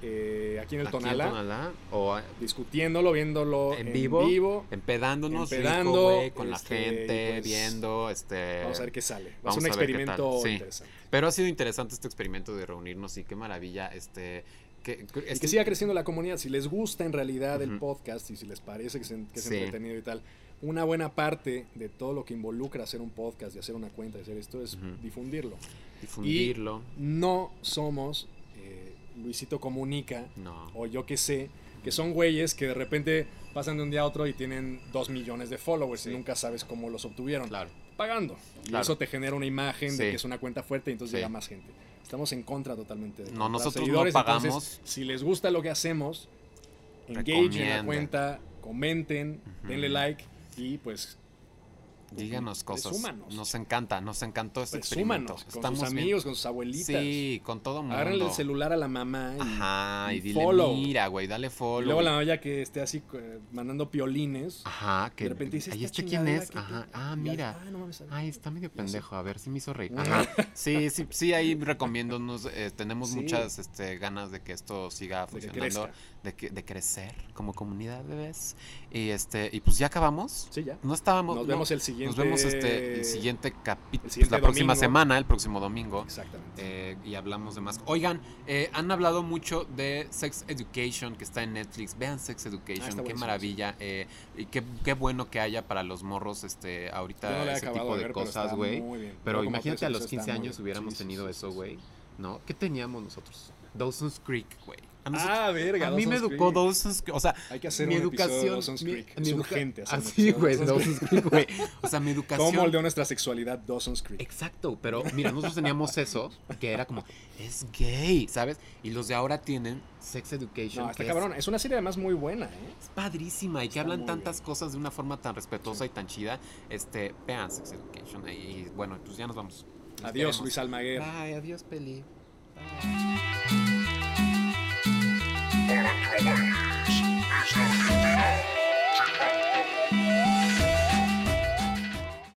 S2: eh, aquí en el
S1: aquí en
S2: Tonalá,
S1: Tonalá, o eh,
S2: discutiéndolo, viéndolo
S1: En
S2: en,
S1: vivo.
S2: vivo.
S1: empedándonos rico,
S2: Empedando,
S1: güey, con la
S2: este,
S1: gente,
S2: y pues,
S1: viendo, este...
S2: Vamos a ver qué sale. Va a
S1: vamos
S2: ser
S1: a
S2: un
S1: ver qué tal.
S2: experimento
S1: Sí.
S2: interesante.
S1: Pero ha sido interesante este experimento de reunirnos y qué maravilla, este... Que, que-
S2: Y
S1: este-
S2: que siga creciendo la comunidad. Si les gusta en realidad el
S1: Ujú.
S2: podcast y si les parece que, se- que es
S1: Sí.
S2: entretenido y tal, una buena parte de todo lo que involucra hacer un podcast, de hacer una cuenta, de hacer esto, es
S1: Ujú.
S2: difundirlo.
S1: difundirlo.
S2: No somos eh, Luisito Comunica
S1: No.
S2: o yo qué sé, que son güeyes que de repente pasan de un día a otro y tienen dos millones de followers
S1: Sí.
S2: y nunca sabes cómo los obtuvieron.
S1: Claro.
S2: Pagando. Y
S1: Claro.
S2: eso te genera una imagen
S1: Sí.
S2: de que es una cuenta fuerte y entonces
S1: Sí.
S2: llega más gente. Estamos en contra totalmente de
S1: No,
S2: comprar
S1: nosotros no
S2: seguidores,
S1: pagamos.
S2: entonces, si les gusta lo que hacemos, engageen
S1: Recomienden.
S2: la cuenta, comenten,
S1: Ujú.
S2: denle like y pues
S1: Díganos cosas.
S2: Presúmanos.
S1: Nos encanta, nos encantó este experimento.
S2: presúmanos pues, con sus
S1: bien.
S2: amigos, con sus abuelitas.
S1: Sí, con todo mundo.
S2: Agárrenle el celular a la mamá y,
S1: Ajá, y,
S2: y
S1: dile,
S2: follow.
S1: mira, güey, dale follow.
S2: y luego la olla que esté así eh, mandando piolines.
S1: Ajá, que
S2: de repente dices,
S1: ahí
S2: "Esta
S1: este quién
S2: chingadera
S1: es.
S2: que
S1: Ajá.
S2: te-
S1: Ah,
S2: y ya-
S1: mira.
S2: Ah, no mames, a ver".
S1: Ay, está medio
S2: Ya sé.
S1: pendejo. A ver, sí me hizo reír.
S2: Ah.
S1: Ajá. Sí, sí, sí, ahí recomiendo. nos, eh, tenemos
S2: Sí.
S1: muchas este, ganas de que esto siga
S2: De que
S1: funcionando,
S2: crezca.
S1: de, que- de crecer como comunidad, bebés. Y, este, y pues ya acabamos.
S2: Sí, ya.
S1: No estábamos.
S2: Nos
S1: no,
S2: vemos el siguiente.
S1: Nos vemos este, el siguiente capítulo,
S2: el siguiente
S1: la próxima
S2: domingo.
S1: semana, el próximo domingo.
S2: Exactamente.
S1: eh, y hablamos de más. Oigan, eh, han hablado mucho de Sex Education que está en Netflix. Vean Sex
S2: Ah,
S1: Education,
S2: está
S1: qué
S2: buenísimo,
S1: maravilla. eh, y qué, qué bueno que haya para los morros este
S2: Yo no
S1: ahorita
S2: la he
S1: ese
S2: acabado
S1: tipo de
S2: ver, pero
S1: cosas,
S2: está
S1: güey.
S2: muy bien.
S1: Pero
S2: Llevo como
S1: imagínate
S2: tres
S1: a los
S2: episodios,
S1: 15
S2: está muy
S1: años
S2: bien.
S1: hubiéramos
S2: Sí, sí,
S1: tenido
S2: sí,
S1: eso,
S2: sí,
S1: güey.
S2: sí.
S1: ¿No? ¿Qué teníamos nosotros? Dawson's Creek, güey. A, nosotros-
S2: Ah, verga.
S1: a mí me
S2: Dawson's
S1: educó
S2: Creek.
S1: Dawson's Creek. O sea,
S2: Hay que hacer
S1: mi
S2: un episodio de
S1: educación.
S2: Dawson's
S1: mi-
S2: Creek.
S1: mi
S2: es
S1: educa-
S2: urgente hacer un
S1: Así,
S2: episodio de
S1: güey,
S2: Dawson's Creek.
S1: Dawson's Creek, güey. O sea, mi educación.
S2: ¿Cómo moldeó nuestra sexualidad Dawson's Creek?
S1: Exacto, pero mira, nosotros teníamos eso, que era como, es gay, ¿sabes? Y los de ahora tienen Sex Education.
S2: No, está
S1: que es-
S2: cabrón. Es una serie además muy buena, ¿eh?
S1: Es, padrísima y que
S2: Está
S1: hablan
S2: muy
S1: tantas
S2: bien.
S1: cosas de una forma tan respetuosa y tan chida. Este, vean Sex Education. Y, y bueno, pues ya nos vamos. Nos
S2: Adiós,
S1: queremos.
S2: Luis Almaguer.
S1: Bye, adiós, Peli. Bye.
S3: Thank you.